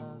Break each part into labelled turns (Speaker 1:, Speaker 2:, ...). Speaker 1: 嗯，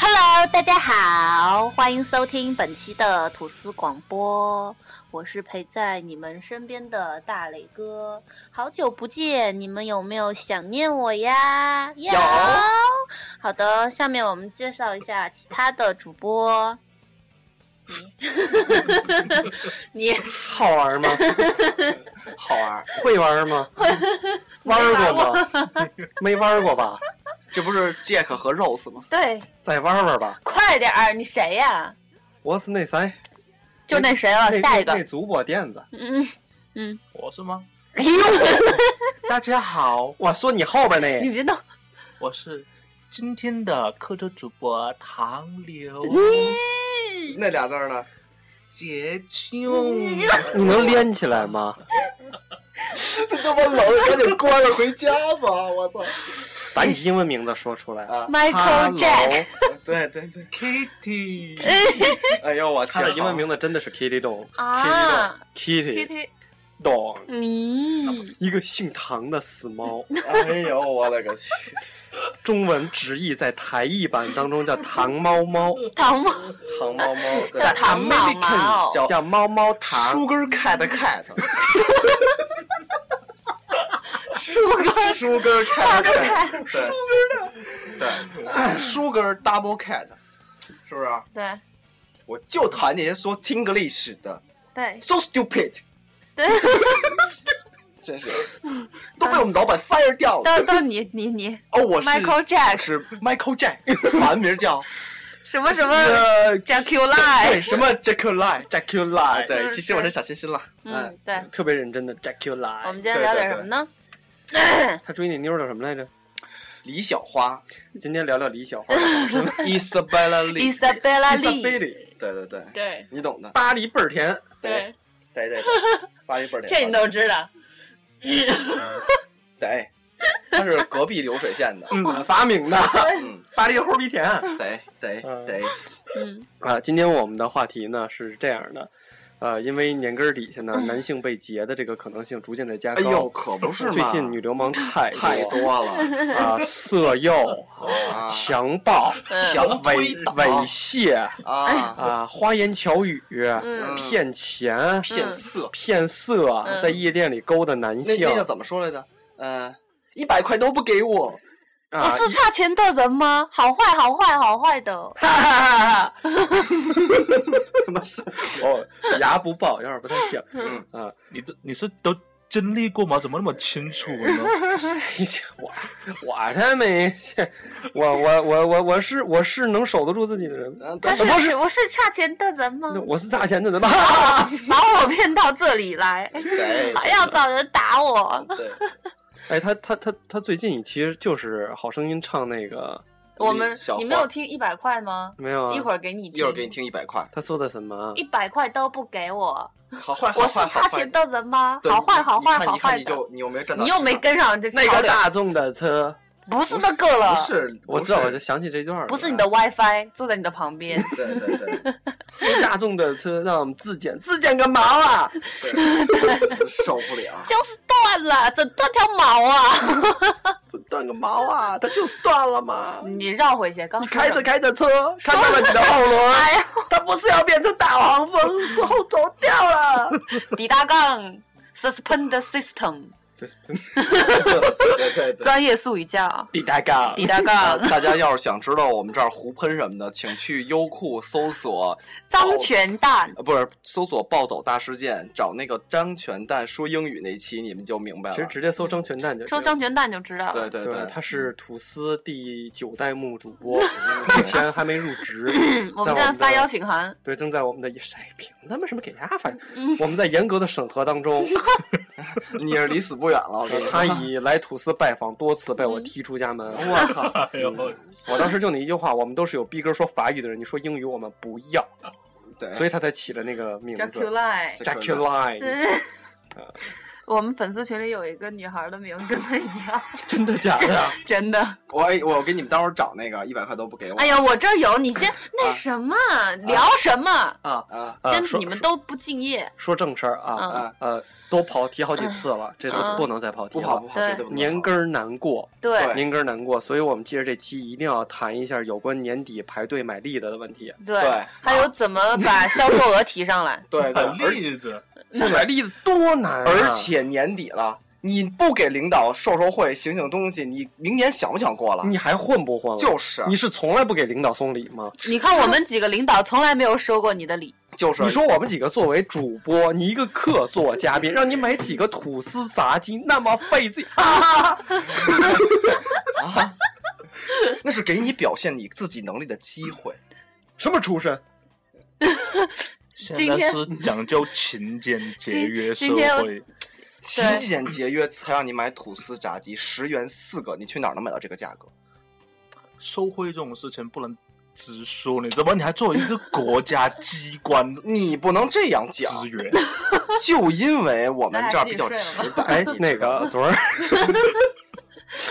Speaker 2: Hello，大家好，欢迎收听本期的吐司广播，我是陪在你们身边的大磊哥，好久不见，你们有没有想念我呀？有。好的，下面我们介绍一下其他的主播。 你你
Speaker 3: 好玩 吗？好玩，会玩吗？玩过吗？没玩过吧？
Speaker 4: 这不是 Jack 和 Rose 吗？
Speaker 2: 对，
Speaker 3: 再玩玩吧。
Speaker 2: 快点儿，你谁呀？
Speaker 3: 我是那谁，
Speaker 2: 就那谁了，
Speaker 3: 那
Speaker 2: 下一
Speaker 3: 那那
Speaker 2: 个。
Speaker 3: 主播垫子。
Speaker 2: 嗯嗯，
Speaker 4: 我是吗？
Speaker 2: 哎呦，
Speaker 4: 大家好，
Speaker 3: 我说你后边那
Speaker 2: 你别动。
Speaker 4: 我是今天的客座主播唐刘
Speaker 2: 嗯
Speaker 5: 那俩字儿呢？
Speaker 4: 杰秋。
Speaker 3: 你能连起来吗？
Speaker 5: 这他妈冷，赶紧关了回家吧！我操！
Speaker 3: 把你英文名字说出来。
Speaker 5: 啊
Speaker 2: Michael Jack，
Speaker 5: 对对对，
Speaker 4: Kitty，
Speaker 5: 哎呦我
Speaker 3: 他
Speaker 5: 天！
Speaker 3: 的英文名字真的是 Kitty Dog
Speaker 2: 啊
Speaker 3: Kitty
Speaker 2: ，Kitty，
Speaker 3: Dog，
Speaker 2: 嗯，
Speaker 3: 一个姓唐的死猫，
Speaker 5: 哎呦我勒个去！
Speaker 3: 中文直译在台译版当中叫唐猫猫，
Speaker 2: 唐猫
Speaker 5: 糖猫猫，对
Speaker 2: 叫唐毛毛，
Speaker 5: 叫
Speaker 3: 叫猫猫唐。
Speaker 5: Sugar Cat Cat
Speaker 2: 树哥
Speaker 5: Sugar Cat
Speaker 2: Cat
Speaker 5: Cat，对对，Sugar Double Cat，是不是？
Speaker 2: 对
Speaker 5: 我就谈那些说 English 的
Speaker 2: 对
Speaker 5: ，so stupid，
Speaker 2: 对，
Speaker 5: 真是都被我们老板 fire 掉了。
Speaker 2: 到到你你你
Speaker 5: 哦，我是
Speaker 2: 嗯，Michael
Speaker 5: 我
Speaker 2: Jack
Speaker 5: 是 Michael Jack，法文名叫
Speaker 2: 什 么什么
Speaker 5: 呃
Speaker 2: Jack 哎 u l
Speaker 5: 对
Speaker 2: i
Speaker 5: 什么 Jack Lie。
Speaker 3: Jack u l i
Speaker 5: 对，其实我是小星星啦。哎
Speaker 2: 嗯，对，
Speaker 3: 特别认真的 Jack u l
Speaker 2: 我
Speaker 3: i
Speaker 2: 们今天聊点什么呢？
Speaker 3: 他追你妞儿叫什么来着？
Speaker 5: 李小花
Speaker 3: 今天聊聊李小花，
Speaker 5: ，Isabella Lee。
Speaker 2: Isabella Lee，
Speaker 5: Lee，对对对，
Speaker 2: 对
Speaker 5: 你懂的。
Speaker 3: 巴黎倍儿甜。。
Speaker 2: 对，
Speaker 5: 对对，巴黎倍儿得。
Speaker 2: 这你都知道，
Speaker 5: 得，他是隔壁流水线的
Speaker 3: 嗯，发明的
Speaker 5: 嗯，
Speaker 3: 巴黎齁逼甜
Speaker 5: 得得
Speaker 3: 嗯
Speaker 5: 得，
Speaker 2: 嗯
Speaker 3: 啊！今天我们的话题呢是这样的，呃，因为年根儿底下呢，男性被劫的这个可能性逐渐在加
Speaker 5: 嗯哎
Speaker 3: 高。
Speaker 5: 呦，可不是嘛，
Speaker 3: 最近女流氓太
Speaker 5: 太
Speaker 3: 多
Speaker 5: 多 了，
Speaker 3: 啊，色诱、
Speaker 5: 啊
Speaker 3: 强暴、
Speaker 5: 强
Speaker 3: 猥
Speaker 5: 推倒
Speaker 3: 猥亵
Speaker 5: 啊，
Speaker 3: 啊，花言巧语、
Speaker 2: 嗯
Speaker 3: 骗钱、
Speaker 5: 骗色，
Speaker 3: 骗色，
Speaker 2: 嗯
Speaker 3: 在夜店里勾搭男
Speaker 5: 嗯那
Speaker 3: 性
Speaker 5: 那叫怎么说来着？呃，一百块都不给我，
Speaker 3: 啊，
Speaker 2: 嗯是差钱的人吗？好坏好坏好坏的，
Speaker 3: 哈哈哈哈哈！哦，牙不爆，有点不太像。
Speaker 5: 嗯
Speaker 3: 啊，
Speaker 4: 你都你是都经历过吗？怎么那么清楚呢？
Speaker 3: 我我才没，我我我我我是我是能守得住自己的人，呃
Speaker 5: 嗯，
Speaker 2: 他
Speaker 5: 但
Speaker 2: 是
Speaker 3: 不是
Speaker 2: 我是差钱的人吗
Speaker 3: 那？我是砸钱的人 吧？
Speaker 2: 把我骗到这里来，
Speaker 5: 对
Speaker 2: 还要找人打我。
Speaker 5: 对，
Speaker 3: 哎，他他他他最近一期就是《好声音》唱那个
Speaker 2: 我们
Speaker 5: 小
Speaker 2: 你
Speaker 5: 花嗯
Speaker 2: 没有听一百块吗？
Speaker 3: 没有啊，
Speaker 2: 一会儿给你听，
Speaker 5: 一会儿给你听一百 块，
Speaker 3: 他说的什么啊？
Speaker 2: 一百块都不 给我，
Speaker 5: 好坏好
Speaker 2: 我是
Speaker 5: 坏好
Speaker 2: 差
Speaker 5: 坏
Speaker 2: 钱，的人吗？
Speaker 5: 对
Speaker 2: 好坏
Speaker 5: 你
Speaker 2: 好坏
Speaker 5: 你看
Speaker 2: 好
Speaker 5: 你看
Speaker 2: 坏
Speaker 5: 你
Speaker 2: 的，
Speaker 5: 就你又没有站到
Speaker 2: 你又
Speaker 5: 市
Speaker 2: 没
Speaker 5: 场
Speaker 2: 跟上这
Speaker 3: 那
Speaker 2: 潮
Speaker 3: 个
Speaker 2: 流，
Speaker 3: 大众的车，
Speaker 2: 不是那个了，
Speaker 5: 不是，
Speaker 3: 我
Speaker 5: 不
Speaker 3: 知道，
Speaker 5: 是
Speaker 3: 我就想起这段了。
Speaker 2: 不是你的 WiFi 坐在你的旁边，
Speaker 5: 对对 对
Speaker 3: 大众的车，让我们自检，自检个毛啊！
Speaker 5: 对，受不 了。啊
Speaker 2: 就是断了，整断条毛啊！
Speaker 3: 这断个毛啊！它就是断 了嘛。
Speaker 2: 你绕回去，刚
Speaker 3: 你
Speaker 2: 说
Speaker 3: 开
Speaker 2: 什
Speaker 3: 着
Speaker 2: 么
Speaker 3: 开着车，看到了你的后轮，
Speaker 2: 哎呀，
Speaker 3: 它不是要变成大黄蜂，是后轴掉 了。
Speaker 2: 抵达杠 suspend system，
Speaker 5: 对 对 哦对，
Speaker 2: 专业术 语叫
Speaker 3: 抵达杠
Speaker 2: 抵达杠，
Speaker 5: 大家要是想知道我们这儿胡喷什么的，请去优酷搜索，
Speaker 2: 张全蛋。
Speaker 5: 呃，不是搜索“暴走大事件”，找那个张全蛋说英语那期，你们就明白
Speaker 3: 其实
Speaker 5: 了。
Speaker 3: 直接搜张全蛋就行
Speaker 2: 说。嗯张全蛋就知道
Speaker 5: 对
Speaker 2: 了，
Speaker 5: 对嗯
Speaker 3: 对，他是吐司第九代目主 播，目前还没入职
Speaker 2: 嗯。我
Speaker 3: 在
Speaker 2: 们这儿
Speaker 3: 的
Speaker 2: 发邀请函，
Speaker 3: 对，正在我们的谁凭他们什么给他发？
Speaker 2: 嗯
Speaker 3: 我们在严格的审核当中，
Speaker 5: 你是离死不远了，我
Speaker 2: 嗯
Speaker 5: 跟你
Speaker 3: 他
Speaker 5: 说。
Speaker 3: 以来吐司拜访多次被我踢出家门。
Speaker 5: 我操！
Speaker 4: 哎呦，
Speaker 3: 我当时就你一句话，我们都是有逼格说法语的人，你说英语我们不要，
Speaker 5: 对，
Speaker 3: 所以他才起了那个名
Speaker 2: 叫 Q
Speaker 3: 字
Speaker 2: Line。
Speaker 5: Jack
Speaker 3: Jack Line。
Speaker 5: 呃
Speaker 2: 我们粉丝群里有一个女孩的名字跟她一 样，
Speaker 3: 真的假的？
Speaker 2: 真的。
Speaker 5: 我哎我给你们待会儿找那个一百块都不给我。
Speaker 2: 哎呀，我这儿有，你先那什么聊什么，
Speaker 5: 啊
Speaker 3: 啊，
Speaker 2: 先
Speaker 3: 说
Speaker 2: 你们都不敬业。
Speaker 3: 说正事儿啊，
Speaker 2: 嗯，
Speaker 5: 啊！
Speaker 3: 呃，都跑题好几次了，这次
Speaker 2: 嗯
Speaker 3: 不能再跑题
Speaker 5: 不跑
Speaker 3: 了。
Speaker 5: 不跑，
Speaker 2: 对
Speaker 5: 绝对不能跑
Speaker 3: 年根儿难过，
Speaker 2: 对
Speaker 5: 对
Speaker 3: 年根儿难过，所以我们借着这期一定要谈一下有关年底排队买力的的问题。
Speaker 2: 对
Speaker 5: 对，
Speaker 2: 还有怎么把销售额提上 来？
Speaker 5: 对对，而且
Speaker 4: 例子，
Speaker 3: 现在买力的多难啊！
Speaker 5: 而且年底了，你不给领导售售会、醒醒东西，你明年想不想过了？
Speaker 3: 你还混不混了？
Speaker 5: 啊
Speaker 3: 啊
Speaker 5: 就是啊
Speaker 3: 你是从来不给领导送礼吗？
Speaker 2: 你看我们几个领导从来没有收过你的礼，
Speaker 5: 就是，啊
Speaker 3: 你说我们几个作为主播，你一个客座嘉宾，让你买几个吐司炸鸡，那么费劲 啊！
Speaker 5: 啊 那是给你表现你自己能力的机会。
Speaker 3: 什么出 身？
Speaker 4: 现
Speaker 2: 今
Speaker 4: 在
Speaker 2: 天
Speaker 4: 是讲究勤俭节约社
Speaker 2: 今今天
Speaker 4: 会，
Speaker 5: 勤俭节约才让你买吐司炸鸡，十元四个，你去哪儿能买到这个价格？
Speaker 4: 收贿这种事情不能直说，你知道吗？你还作为一个国家机关
Speaker 5: 你不能这样讲，
Speaker 4: 资源，
Speaker 5: 就因为我们这儿比较
Speaker 2: 咱
Speaker 5: 直
Speaker 3: 哎
Speaker 5: 白，你，
Speaker 3: 那个昨儿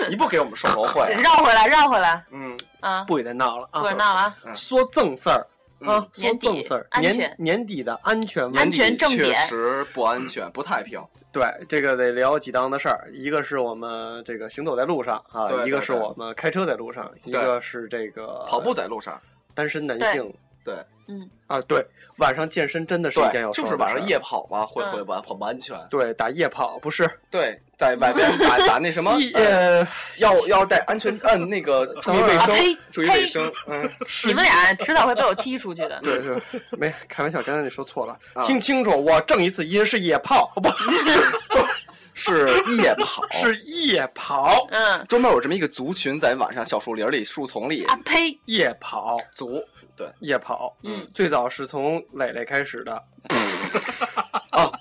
Speaker 5: 你不给我们售楼会，
Speaker 2: 绕回来，绕回来
Speaker 5: 嗯，
Speaker 2: 啊！
Speaker 3: 不给他闹了啊！
Speaker 2: 不是闹了啊，
Speaker 5: 嗯
Speaker 3: 说正事儿啊，
Speaker 5: 嗯
Speaker 3: 说正事儿，
Speaker 2: 年底安
Speaker 3: 年
Speaker 2: 全
Speaker 3: 年底的安全问
Speaker 2: 安
Speaker 5: 年
Speaker 2: 全
Speaker 5: 底
Speaker 2: 正
Speaker 5: 确
Speaker 2: 点
Speaker 5: 实不安全，不太平。
Speaker 3: 对这个得聊几档的事儿，一个是我们这个行走在路上啊，
Speaker 5: 对对
Speaker 3: 一个是我们开车在路上，一个是这个
Speaker 5: 跑步在路上，
Speaker 3: 单身男性。
Speaker 5: 对，
Speaker 2: 嗯
Speaker 3: 啊，对，晚上健身真的是一件
Speaker 5: 对，
Speaker 3: 要
Speaker 5: 就
Speaker 3: 说
Speaker 5: 是
Speaker 3: 的
Speaker 5: 晚
Speaker 3: 事
Speaker 5: 上
Speaker 3: 儿
Speaker 5: 夜跑嘛，会
Speaker 2: 嗯
Speaker 5: 会不安很不安全。
Speaker 3: 对打夜跑不是
Speaker 5: 对，在外 边打打那什么，
Speaker 3: 一
Speaker 5: 呃
Speaker 3: 呃
Speaker 5: 要要戴安全，嗯，那 个注意卫
Speaker 2: 啊
Speaker 5: 生，
Speaker 2: 呸
Speaker 5: 注意卫
Speaker 2: 呸！
Speaker 5: 生，嗯，
Speaker 2: 你们俩迟早会被我踢出去 的。
Speaker 3: 对对， 没开玩笑，刚才你说错了，
Speaker 5: 啊哦
Speaker 3: 听清楚，我正一次音是夜炮，不
Speaker 5: 是夜跑，
Speaker 3: 是夜跑，
Speaker 2: 嗯
Speaker 5: 专门有这么一个族群，在晚上小树林里、树丛里
Speaker 2: 啊呸！
Speaker 3: 夜跑，
Speaker 5: 族，对
Speaker 3: 夜跑，
Speaker 2: 嗯，
Speaker 3: 最早是从磊磊开始的，
Speaker 5: 啊，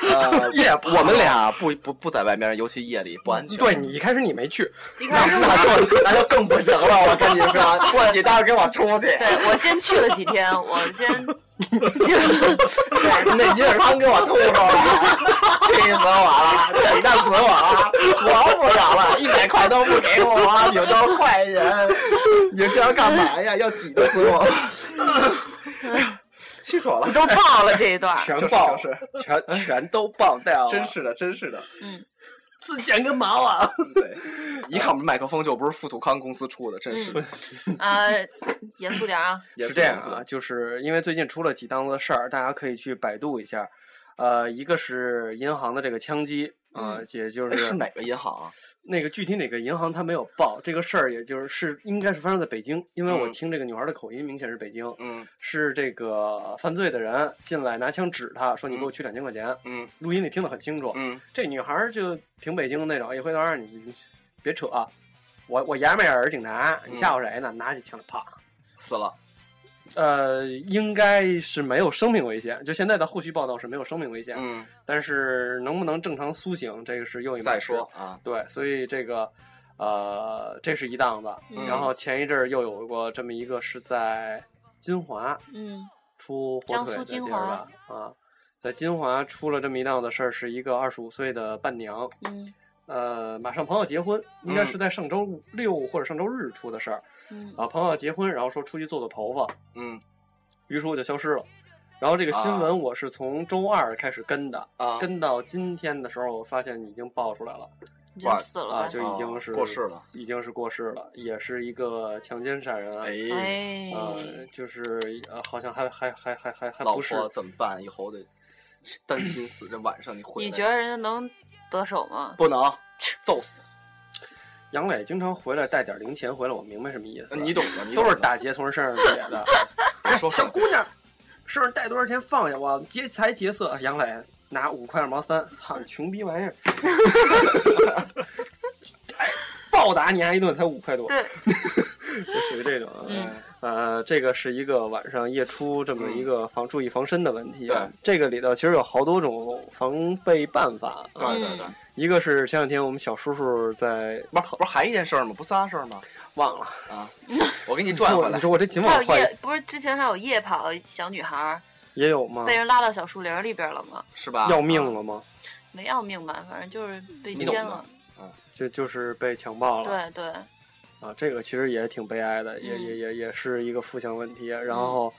Speaker 5: 呃，
Speaker 3: 夜跑
Speaker 5: 我们俩不不不在外面，尤其夜里不安全。
Speaker 3: 对你一开始你没去，
Speaker 2: 一开始 我
Speaker 5: 那就那就更不行了，我跟你 说，我你待会儿给我出去，
Speaker 2: 对我先去了几天，我 先
Speaker 5: 那银耳汤给我吐出来，气死我了，气得死我了，活不了了，一百块都不给我，你们都是坏 人，你们这样干嘛呀？要挤得死我 了，气死我了，
Speaker 2: 都爆了这一段。
Speaker 3: 全
Speaker 5: 就是啊
Speaker 3: 爆，
Speaker 5: 就是
Speaker 3: 全全都爆掉了，
Speaker 5: 真是的，真是的，
Speaker 4: 是讲个毛啊！
Speaker 5: 嗯对，一看我们麦克风就不是富土康公司出的，真是的，
Speaker 2: 啊，严肃点啊！
Speaker 5: 也
Speaker 3: 是这样啊，，就是因为最近出了几档子事儿，大家可以去百度一下。呃，一个是银行的这个枪击啊，也就
Speaker 5: 哎，
Speaker 3: 是
Speaker 5: 是哪个银行啊？
Speaker 3: 那个具体哪个银行它没有报这个事儿，也就是是应该是发生在北京，因为我
Speaker 5: 嗯
Speaker 3: 听这个女孩的口音明显是北京，
Speaker 5: 嗯
Speaker 3: 是这个犯罪的人进来拿枪指她，说你给我取两千块钱，
Speaker 5: 嗯
Speaker 3: 录音里听得很清楚。
Speaker 5: 嗯，
Speaker 3: 这女孩儿就挺北京的那种，一回头儿你你别扯、啊我我爷们儿也是警察，你
Speaker 5: 嗯
Speaker 3: 吓唬谁呢？拿起枪来啪，
Speaker 5: 死了，
Speaker 3: 呃，应该是没有生命危险，就现在的后续报道是没有生命危险，
Speaker 5: 嗯，
Speaker 3: 但是能不能正常苏醒，这个是又一码
Speaker 5: 再
Speaker 3: 事
Speaker 5: 说啊，
Speaker 3: 对，所以这个呃，这是一档子。
Speaker 2: 嗯
Speaker 3: 然后前一阵儿又有过这么一个是在金华
Speaker 2: 嗯
Speaker 3: 出火腿
Speaker 2: 江苏
Speaker 3: 的地儿
Speaker 2: 金华
Speaker 3: 吧？啊，在金华出了这么一档子事儿，是一个二十五岁的伴娘，
Speaker 2: 嗯
Speaker 3: 呃，马上朋友结婚，应
Speaker 5: 嗯
Speaker 3: 该是在上周六或者上周日出的事儿
Speaker 2: 嗯
Speaker 3: 啊。朋友结婚，然后说出去做做头发，
Speaker 5: 嗯
Speaker 3: 于是我就消失了。然后这个新
Speaker 5: 啊
Speaker 3: 闻我是从周二开始跟的，
Speaker 5: 啊，
Speaker 3: 跟到今天的时候，我发现已经爆出来了
Speaker 2: 人死了
Speaker 3: 啊，
Speaker 2: 吧？
Speaker 3: 就已经是
Speaker 5: 哦过世了，
Speaker 3: 已经是过世了，也是一个强奸杀人案。
Speaker 5: 哎，
Speaker 2: 哎，
Speaker 3: 呃，就是呃，好像还还还还还还
Speaker 5: 老
Speaker 3: 不是，
Speaker 5: 婆怎么办？以后得担心死。这晚上你回来，
Speaker 2: 你觉得人家能得手吗？
Speaker 5: 不能揍死
Speaker 3: 杨磊经常回来带点零钱回来，我明白什么意思。
Speaker 5: 呃你懂的，你懂
Speaker 3: 都
Speaker 5: 的
Speaker 3: 是打劫从人身上解的。哎
Speaker 5: 说
Speaker 3: 小姑娘，身上带多少钱放下我，劫财劫色。杨磊拿五块二毛三，操你穷逼玩意儿！哎，暴打你还一顿才五块多，
Speaker 2: 对，
Speaker 3: 就属于这种啊。
Speaker 2: 嗯
Speaker 3: 呃，这个是一个晚上夜出这么一个防注意防身的问题啊。
Speaker 5: 嗯对
Speaker 3: 这个里头其实有好多种防备办法啊。
Speaker 5: 对对对，
Speaker 3: 一个是前两天我们小叔叔在
Speaker 5: 不是不是还一件事儿吗？不仨事儿吗？
Speaker 3: 忘了，
Speaker 5: 啊，我给你转回
Speaker 3: 你
Speaker 5: 来。
Speaker 3: 说我这紧
Speaker 2: 还
Speaker 3: 往
Speaker 2: 有
Speaker 3: 坏
Speaker 2: 夜不是之前还有夜跑小女孩儿
Speaker 3: 也有
Speaker 5: 嗯
Speaker 3: 吗？
Speaker 2: 被人拉到小树林里边了吗？
Speaker 5: 是吧？
Speaker 3: 要命了吗？
Speaker 2: 没要命吧，反正就是被
Speaker 5: 你懂
Speaker 2: 奸
Speaker 5: 的
Speaker 2: 了。
Speaker 3: 就就是被强暴
Speaker 2: 对
Speaker 3: 了。
Speaker 2: 对，
Speaker 3: 啊，这个其实也挺悲哀的，也、
Speaker 2: 嗯
Speaker 3: 也也也是一个负向问题。然后，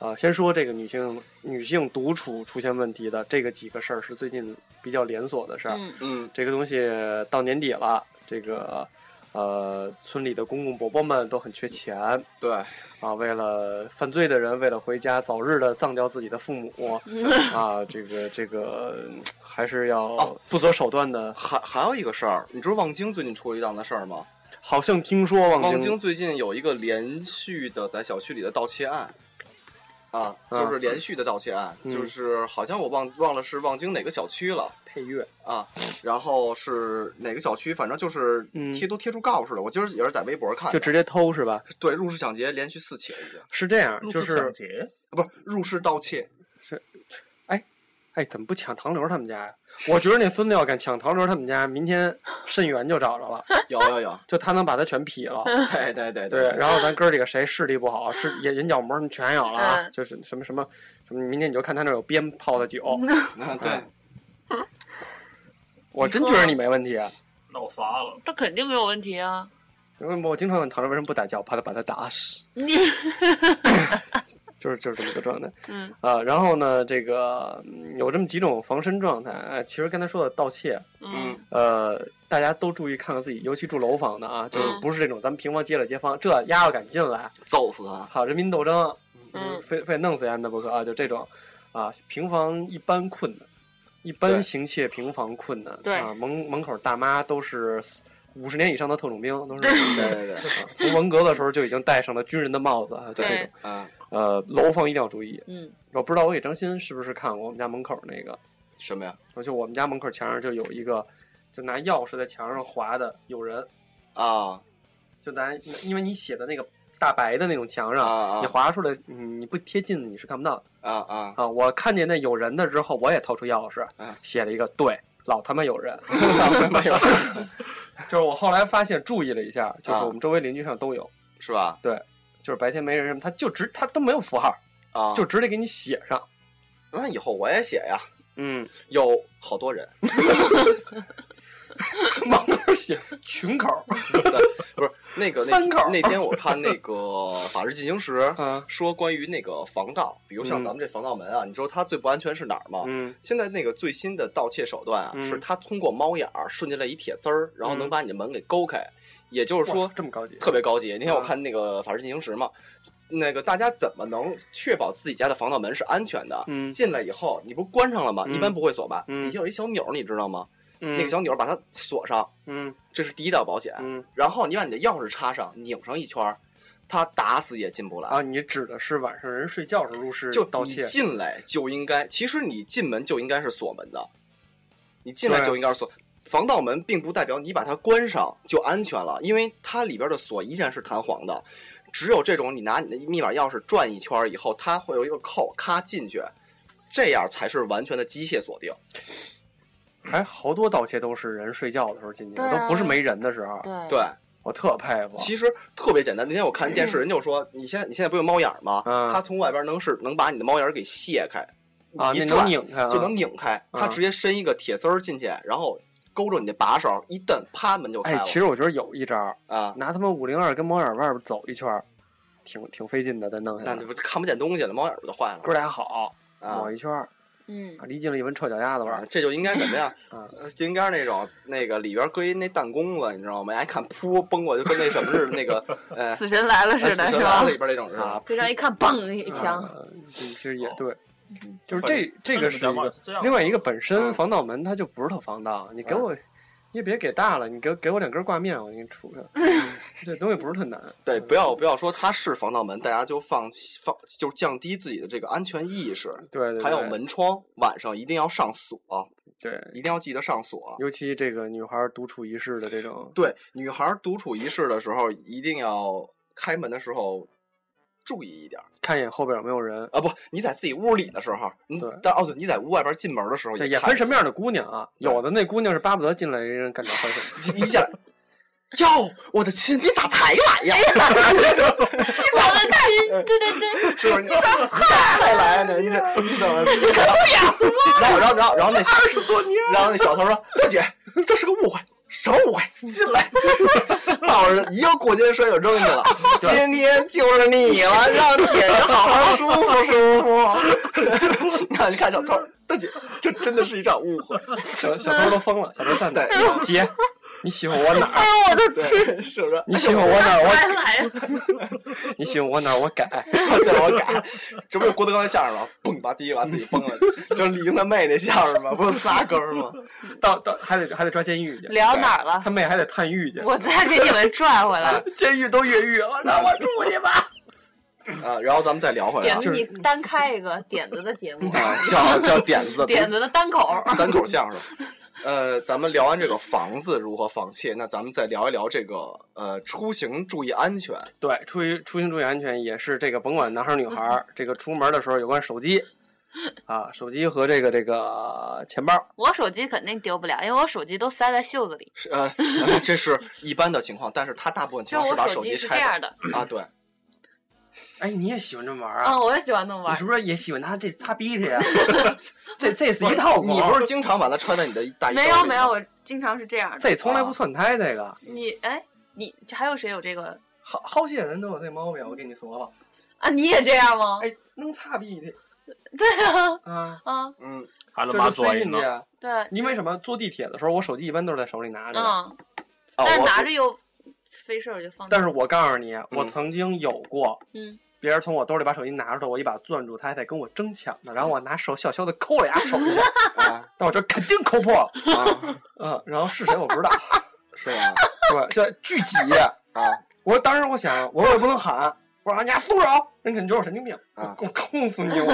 Speaker 3: 呃，先说这个女性女性独处出现问题的这个几个事儿是最近比较连锁的事儿。
Speaker 2: 嗯
Speaker 5: 嗯
Speaker 3: 这个东西到年底了，这个呃，村里的公公伯伯们都很缺钱
Speaker 5: 对，
Speaker 3: 啊，为了犯罪的人为了回家早日的葬掉自己的父母。
Speaker 2: 嗯
Speaker 3: 啊，这个这个嗯还是要
Speaker 5: 哦
Speaker 3: 不择手段的，
Speaker 5: 还还有一个事儿，你知道望京最近出了一档子事儿吗？
Speaker 3: 好像听说望
Speaker 5: 望京最近有一个连续的在小区里的盗窃案，啊，就是连续的盗窃案，
Speaker 3: 嗯
Speaker 5: 就是好像我忘忘了是望京哪个小区了
Speaker 3: 配乐，
Speaker 5: 啊，然后是哪个小区，反正就是
Speaker 3: 嗯
Speaker 5: 贴都贴出告示了。我今儿也是在微博看的，
Speaker 3: 就直接偷是吧？
Speaker 5: 对入室抢劫连续四起了已经，啊
Speaker 3: 是这
Speaker 2: 嗯
Speaker 3: 样，就
Speaker 4: 入室
Speaker 3: 是
Speaker 4: 抢劫，
Speaker 5: 不是入室盗窃，
Speaker 3: 哎，怎么不抢唐刘他们家呀？我觉得那孙子要敢抢唐刘他们家，明天肾源就找着了，
Speaker 5: 有有 有，
Speaker 3: 就他能把他全 劈了。
Speaker 5: 对对对
Speaker 3: 对，然后咱哥儿几个谁视力不好，是眼眼角膜什么全有了啊，
Speaker 2: 嗯
Speaker 3: 就是什么什么什么，明天你就看他那儿有鞭泡的酒，
Speaker 5: 嗯对，
Speaker 3: 我真觉得你没问 题。啊
Speaker 4: 那我发了。
Speaker 2: 这肯定没有问题啊。
Speaker 3: 因为我经常问唐刘为什么不打架，我怕他把他打死，
Speaker 2: 你
Speaker 3: 就是就是这么个状态。
Speaker 2: 嗯
Speaker 3: 啊，然后呢，这个嗯有这么几种防身状态。哎，其实刚才说的盗窃，
Speaker 2: 嗯
Speaker 3: 呃，大家都注意看看自己，尤其住楼房的啊，就是
Speaker 2: 嗯
Speaker 3: 不是这种咱们平房街了街坊，这丫要敢进来，
Speaker 5: 揍死他，
Speaker 3: 操，人民斗争，
Speaker 2: 嗯
Speaker 3: 非非弄死丫的不可啊，就这种啊，平房一般困难，一
Speaker 5: 对
Speaker 3: 般行窃平房困难，
Speaker 2: 对
Speaker 3: 啊，门门口大妈都是五十年以上的特种兵，都是
Speaker 5: 对对对，
Speaker 3: 啊 从文革的时候就已经戴上了军人的帽子啊，就这
Speaker 2: 对
Speaker 3: 种
Speaker 5: 啊，
Speaker 3: 呃，楼房一定要注意。
Speaker 2: 嗯
Speaker 3: 我不知道我给张鑫是不是看过我们家门口那个，
Speaker 5: 什么呀？
Speaker 3: 就我们家门口墙上就有一个，就拿钥匙在墙上划的有人，
Speaker 5: 啊
Speaker 3: 就咱因为你写的那个大白的那种墙
Speaker 5: 啊
Speaker 3: 上，你
Speaker 5: 啊
Speaker 3: 划出来，你你不贴近你是看不到的
Speaker 5: 啊啊！
Speaker 3: 啊。我看见那有人的之后，我也掏出钥匙
Speaker 5: 啊，
Speaker 3: 写了一个对，老他妈 有人，老他妈有人。 就是我后来发现，注意了一下，
Speaker 5: 啊
Speaker 3: 就是我们周围邻居上都有，
Speaker 5: 是吧？
Speaker 3: 就是白天没人什么，他就直他都没有符号，
Speaker 5: 啊，
Speaker 3: 就直接给你写上。
Speaker 5: 那以后我也写呀，
Speaker 3: 嗯，
Speaker 5: 有好多 人，
Speaker 3: 往那儿写群口，
Speaker 5: 不是那个那
Speaker 3: 三口
Speaker 5: 那天我看那个《法制进行时》
Speaker 3: 啊，
Speaker 5: 说关于那个防盗，比如像
Speaker 3: 嗯
Speaker 5: 咱们这防盗门啊，你知道它最不安全是哪儿吗？
Speaker 3: 嗯
Speaker 5: 现在那个最新的盗窃手段啊，
Speaker 3: 嗯
Speaker 5: 是它通过猫眼儿顺进来一铁丝儿，然后能
Speaker 3: 嗯
Speaker 5: 把你的门给勾开，也就是
Speaker 3: 哇
Speaker 5: 说
Speaker 3: 这么高级，
Speaker 5: 特别高级。那天我
Speaker 3: 啊
Speaker 5: 看那个《法制进行时》嘛，那个大家怎么能确保自己家的防盗门是安全的？
Speaker 3: 嗯
Speaker 5: 进来以后，你不是关上了吗？
Speaker 3: 嗯
Speaker 5: 一般不会锁吧？
Speaker 3: 嗯
Speaker 5: 底下有一小钮儿，你知道吗？
Speaker 3: 那
Speaker 5: 那个小钮儿把它锁上，
Speaker 3: 嗯
Speaker 5: 这是第一道保险。
Speaker 3: 嗯
Speaker 5: 然后你把你的钥匙插上，拧上一圈儿，它打死也进不来。
Speaker 3: 啊，你指的是晚上人睡觉时候入室
Speaker 5: 就
Speaker 3: 盗
Speaker 5: 你
Speaker 3: 窃？
Speaker 5: 进来就应该，其实你进门就应该是锁门的，你进来
Speaker 3: 对啊
Speaker 5: 就应该是锁。防盗门并不代表你把它关上就安全了，因为它里边的锁依然是弹簧的。只有这种你拿你的密码钥匙转一圈儿以后，它会有一个扣，咔进去，这样才是完全的机械锁定。
Speaker 3: 哎，好多盗窃都是人睡觉的时候进去的，
Speaker 2: 对啊
Speaker 3: 都不是没人的时候。
Speaker 2: 对
Speaker 5: 对，
Speaker 3: 我特佩服。
Speaker 5: 其实特别简单。那天我看电视，人就说你现在你现在不有猫眼儿吗？
Speaker 3: 嗯
Speaker 5: 它从外边能是能把你的猫眼儿给卸开，
Speaker 3: 啊，
Speaker 5: 一
Speaker 3: 那
Speaker 5: 转
Speaker 3: 能拧开啊
Speaker 5: 就能拧开。它
Speaker 3: 嗯
Speaker 5: 直接伸一个铁丝儿进去，然后勾住你的把手，一蹬，啪门就开
Speaker 3: 哎，
Speaker 5: 了。
Speaker 3: 其实我觉得有一招儿，
Speaker 5: 啊，
Speaker 3: 拿他们五零二跟猫眼儿外边走一圈儿，挺挺费劲的，再弄下
Speaker 5: 那
Speaker 3: 来
Speaker 5: 你。不看不见东西了，猫眼儿不就坏了
Speaker 3: 哥
Speaker 5: 吗？
Speaker 3: 俩好，
Speaker 5: 啊
Speaker 3: 抹，一圈儿，啊
Speaker 2: 嗯，
Speaker 5: 哎
Speaker 3: 离近了一闻臭脚丫子味儿。
Speaker 5: 这就应该什么呀？
Speaker 3: 嗯
Speaker 5: 呃就应该是那种那个里边搁一那弹弓子，你知道吗？哎一看噗崩过去，就跟那什么似的，那个呃，
Speaker 2: 死神来了
Speaker 5: 呃
Speaker 2: 似
Speaker 5: 死
Speaker 2: 的，
Speaker 5: 神
Speaker 2: 是
Speaker 5: 来
Speaker 2: 吧
Speaker 5: 了？嗯里边那种是吧
Speaker 3: 啊？
Speaker 2: 非常一看，嘣一枪，
Speaker 3: 呃其实也对，
Speaker 2: 嗯
Speaker 3: 就是
Speaker 4: 反
Speaker 3: 这
Speaker 4: 正
Speaker 3: 这个是一个，另外一个本身
Speaker 5: 嗯
Speaker 3: 防盗门它就不是特防盗，你给我，你也别给大了，你给给我两根挂面，我给你出开。 这东西不是特难，
Speaker 5: 对，不要不要说它是防盗门，大家就放弃放就降低自己的这个安全意识。
Speaker 3: 对对对，
Speaker 5: 还有门窗，晚上一定要上锁，
Speaker 3: 对，
Speaker 5: 一定要记得上锁。
Speaker 3: 尤其这个女孩独处一室的这种，
Speaker 5: 对，女孩独处一室的时候，一定要开门的时候注意一点儿
Speaker 3: 看一眼后边有没有人，
Speaker 5: 啊！不，你在自己屋里的时候，你
Speaker 3: 对
Speaker 5: 但哦对，你在屋外边进门的时候
Speaker 3: 这
Speaker 5: 也
Speaker 3: 也
Speaker 5: 看
Speaker 3: 分
Speaker 5: 一
Speaker 3: 什么
Speaker 5: 下
Speaker 3: 样的姑娘啊？有的那姑娘是巴不得进来一人干点 坏事，
Speaker 5: 你你想，哟，我的亲，你咋才来呀？ 你
Speaker 2: 哎我的看，对对对，
Speaker 5: 是不是你咋才来呢？你这你怎么？你可俩死 然后然后然后然后那啊二十多年，然后那小偷说：“大姐，这是个误会。”什么误会？进来， 抱着一个过肩摔就扔去了。今天就是你了，让姐姐好 好舒服舒服。 然后你看小偷，大姐，这真的是一场误 会。
Speaker 3: 小小偷都疯了，小偷站那
Speaker 5: 对哎
Speaker 3: 儿，姐，你喜欢 我哪儿？
Speaker 2: 我的亲，
Speaker 5: 对，是不是？
Speaker 3: 你喜欢我 哪
Speaker 2: 来
Speaker 3: 儿？我
Speaker 2: 来呀，
Speaker 3: 你喜欢我哪儿？我改。
Speaker 5: 对，我改， 这不是郭德纲的相声吗？嘣，把第一把自己崩 了，就是李英他妹那相声吗？不是仨根儿吗？
Speaker 3: 到到还得还得抓监狱去，
Speaker 2: 聊哪儿了？
Speaker 3: 他妹还得探狱去，
Speaker 2: 我再给你们转回 来。
Speaker 3: 监狱都越狱了，让我出去吧。
Speaker 5: 啊，然后咱们再聊回来
Speaker 2: 点
Speaker 5: 啊，
Speaker 2: 子，你单开一个点子的节目，
Speaker 3: 嗯
Speaker 5: 啊，叫叫点子，
Speaker 2: 点子的单口。
Speaker 5: 单口相声。呃，咱们聊完这个房子如何防窃，那咱们再聊一聊这个呃出行注意安全。
Speaker 3: 对，出于出行注意安全，也是这个甭管男孩儿女孩 儿，这个出门的时候有关手机啊，手机和这个这个钱包。
Speaker 2: 我手机肯定丢不了，因为我手机都塞在袖子里。
Speaker 5: 是呃， 呃这是一般的情况，但是他大部分情
Speaker 2: 就是
Speaker 5: 况把
Speaker 2: 我手
Speaker 5: 手
Speaker 2: 机
Speaker 5: 机
Speaker 2: 是这
Speaker 5: 拆了
Speaker 2: 样
Speaker 3: 嗯
Speaker 2: 的，
Speaker 5: 啊，对，
Speaker 3: 哎，你也喜欢这么玩儿
Speaker 5: 哦
Speaker 2: 嗯，
Speaker 3: 啊？
Speaker 2: 我也喜欢那么
Speaker 3: 你
Speaker 2: 玩
Speaker 3: 是。不是也喜欢拿这擦 鼻涕呀？这这是一套
Speaker 5: 不是你
Speaker 3: 活儿
Speaker 5: 不是经常把它揣在你的大衣兜
Speaker 2: 没
Speaker 5: 里
Speaker 2: 有
Speaker 5: 吗
Speaker 2: 没有，，我经常是这样的。
Speaker 3: 这从来
Speaker 5: 哦
Speaker 3: 不窜胎这个，
Speaker 2: 你哎，你还有谁有这个
Speaker 3: 好好些人都有这毛病，我跟你说吧。
Speaker 2: 啊？你也这样吗？
Speaker 3: 哎，能擦鼻涕
Speaker 2: 对啊，
Speaker 3: 啊？
Speaker 2: 嗯，
Speaker 5: 嗯，
Speaker 4: 还
Speaker 3: 这
Speaker 4: 能
Speaker 3: 都
Speaker 4: 把
Speaker 3: 塞
Speaker 4: 拽
Speaker 3: 进去
Speaker 4: 呢。
Speaker 3: 啊。
Speaker 2: 对，
Speaker 3: 因为什么？坐地铁的时候，我手机一般都是在手里拿着的。哦
Speaker 2: 嗯，
Speaker 5: 啊，
Speaker 2: 但是
Speaker 5: 我
Speaker 2: 拿着又费事儿，就放。
Speaker 3: 但是我告诉你，我
Speaker 5: 嗯
Speaker 3: 曾经有过，
Speaker 2: 嗯，
Speaker 3: 别人从我兜里把手机拿出来，我一把攥住，他还在跟我争抢呢，
Speaker 5: 嗯
Speaker 3: 然后我拿手小小的抠了俩手指，
Speaker 5: 啊
Speaker 3: 但我这肯定抠破了，
Speaker 5: 啊，
Speaker 3: 嗯，然后是谁我不知道，
Speaker 5: 是啊吧？
Speaker 3: 对，这巨挤，
Speaker 5: 啊，
Speaker 3: 我当时我想，我说我也不能喊，我说你丫松手，人肯定觉得我神经病，
Speaker 5: 啊
Speaker 3: 我控死你，我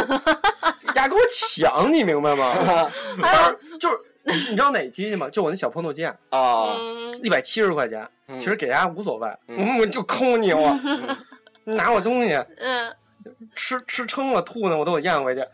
Speaker 3: 丫给我抢，你明白吗？
Speaker 5: 哎
Speaker 2: 还有
Speaker 3: 就是你你知道哪机器吗？就我那小破诺基亚，
Speaker 5: 啊，
Speaker 2: 嗯，
Speaker 3: 一百七十块钱，
Speaker 5: 嗯
Speaker 3: 其实给丫无所谓，
Speaker 5: 嗯
Speaker 3: 嗯，我就抠你我，
Speaker 5: 嗯
Speaker 3: 你拿我东西。
Speaker 2: 嗯，
Speaker 3: 吃吃撑了吐呢，我都得咽回去。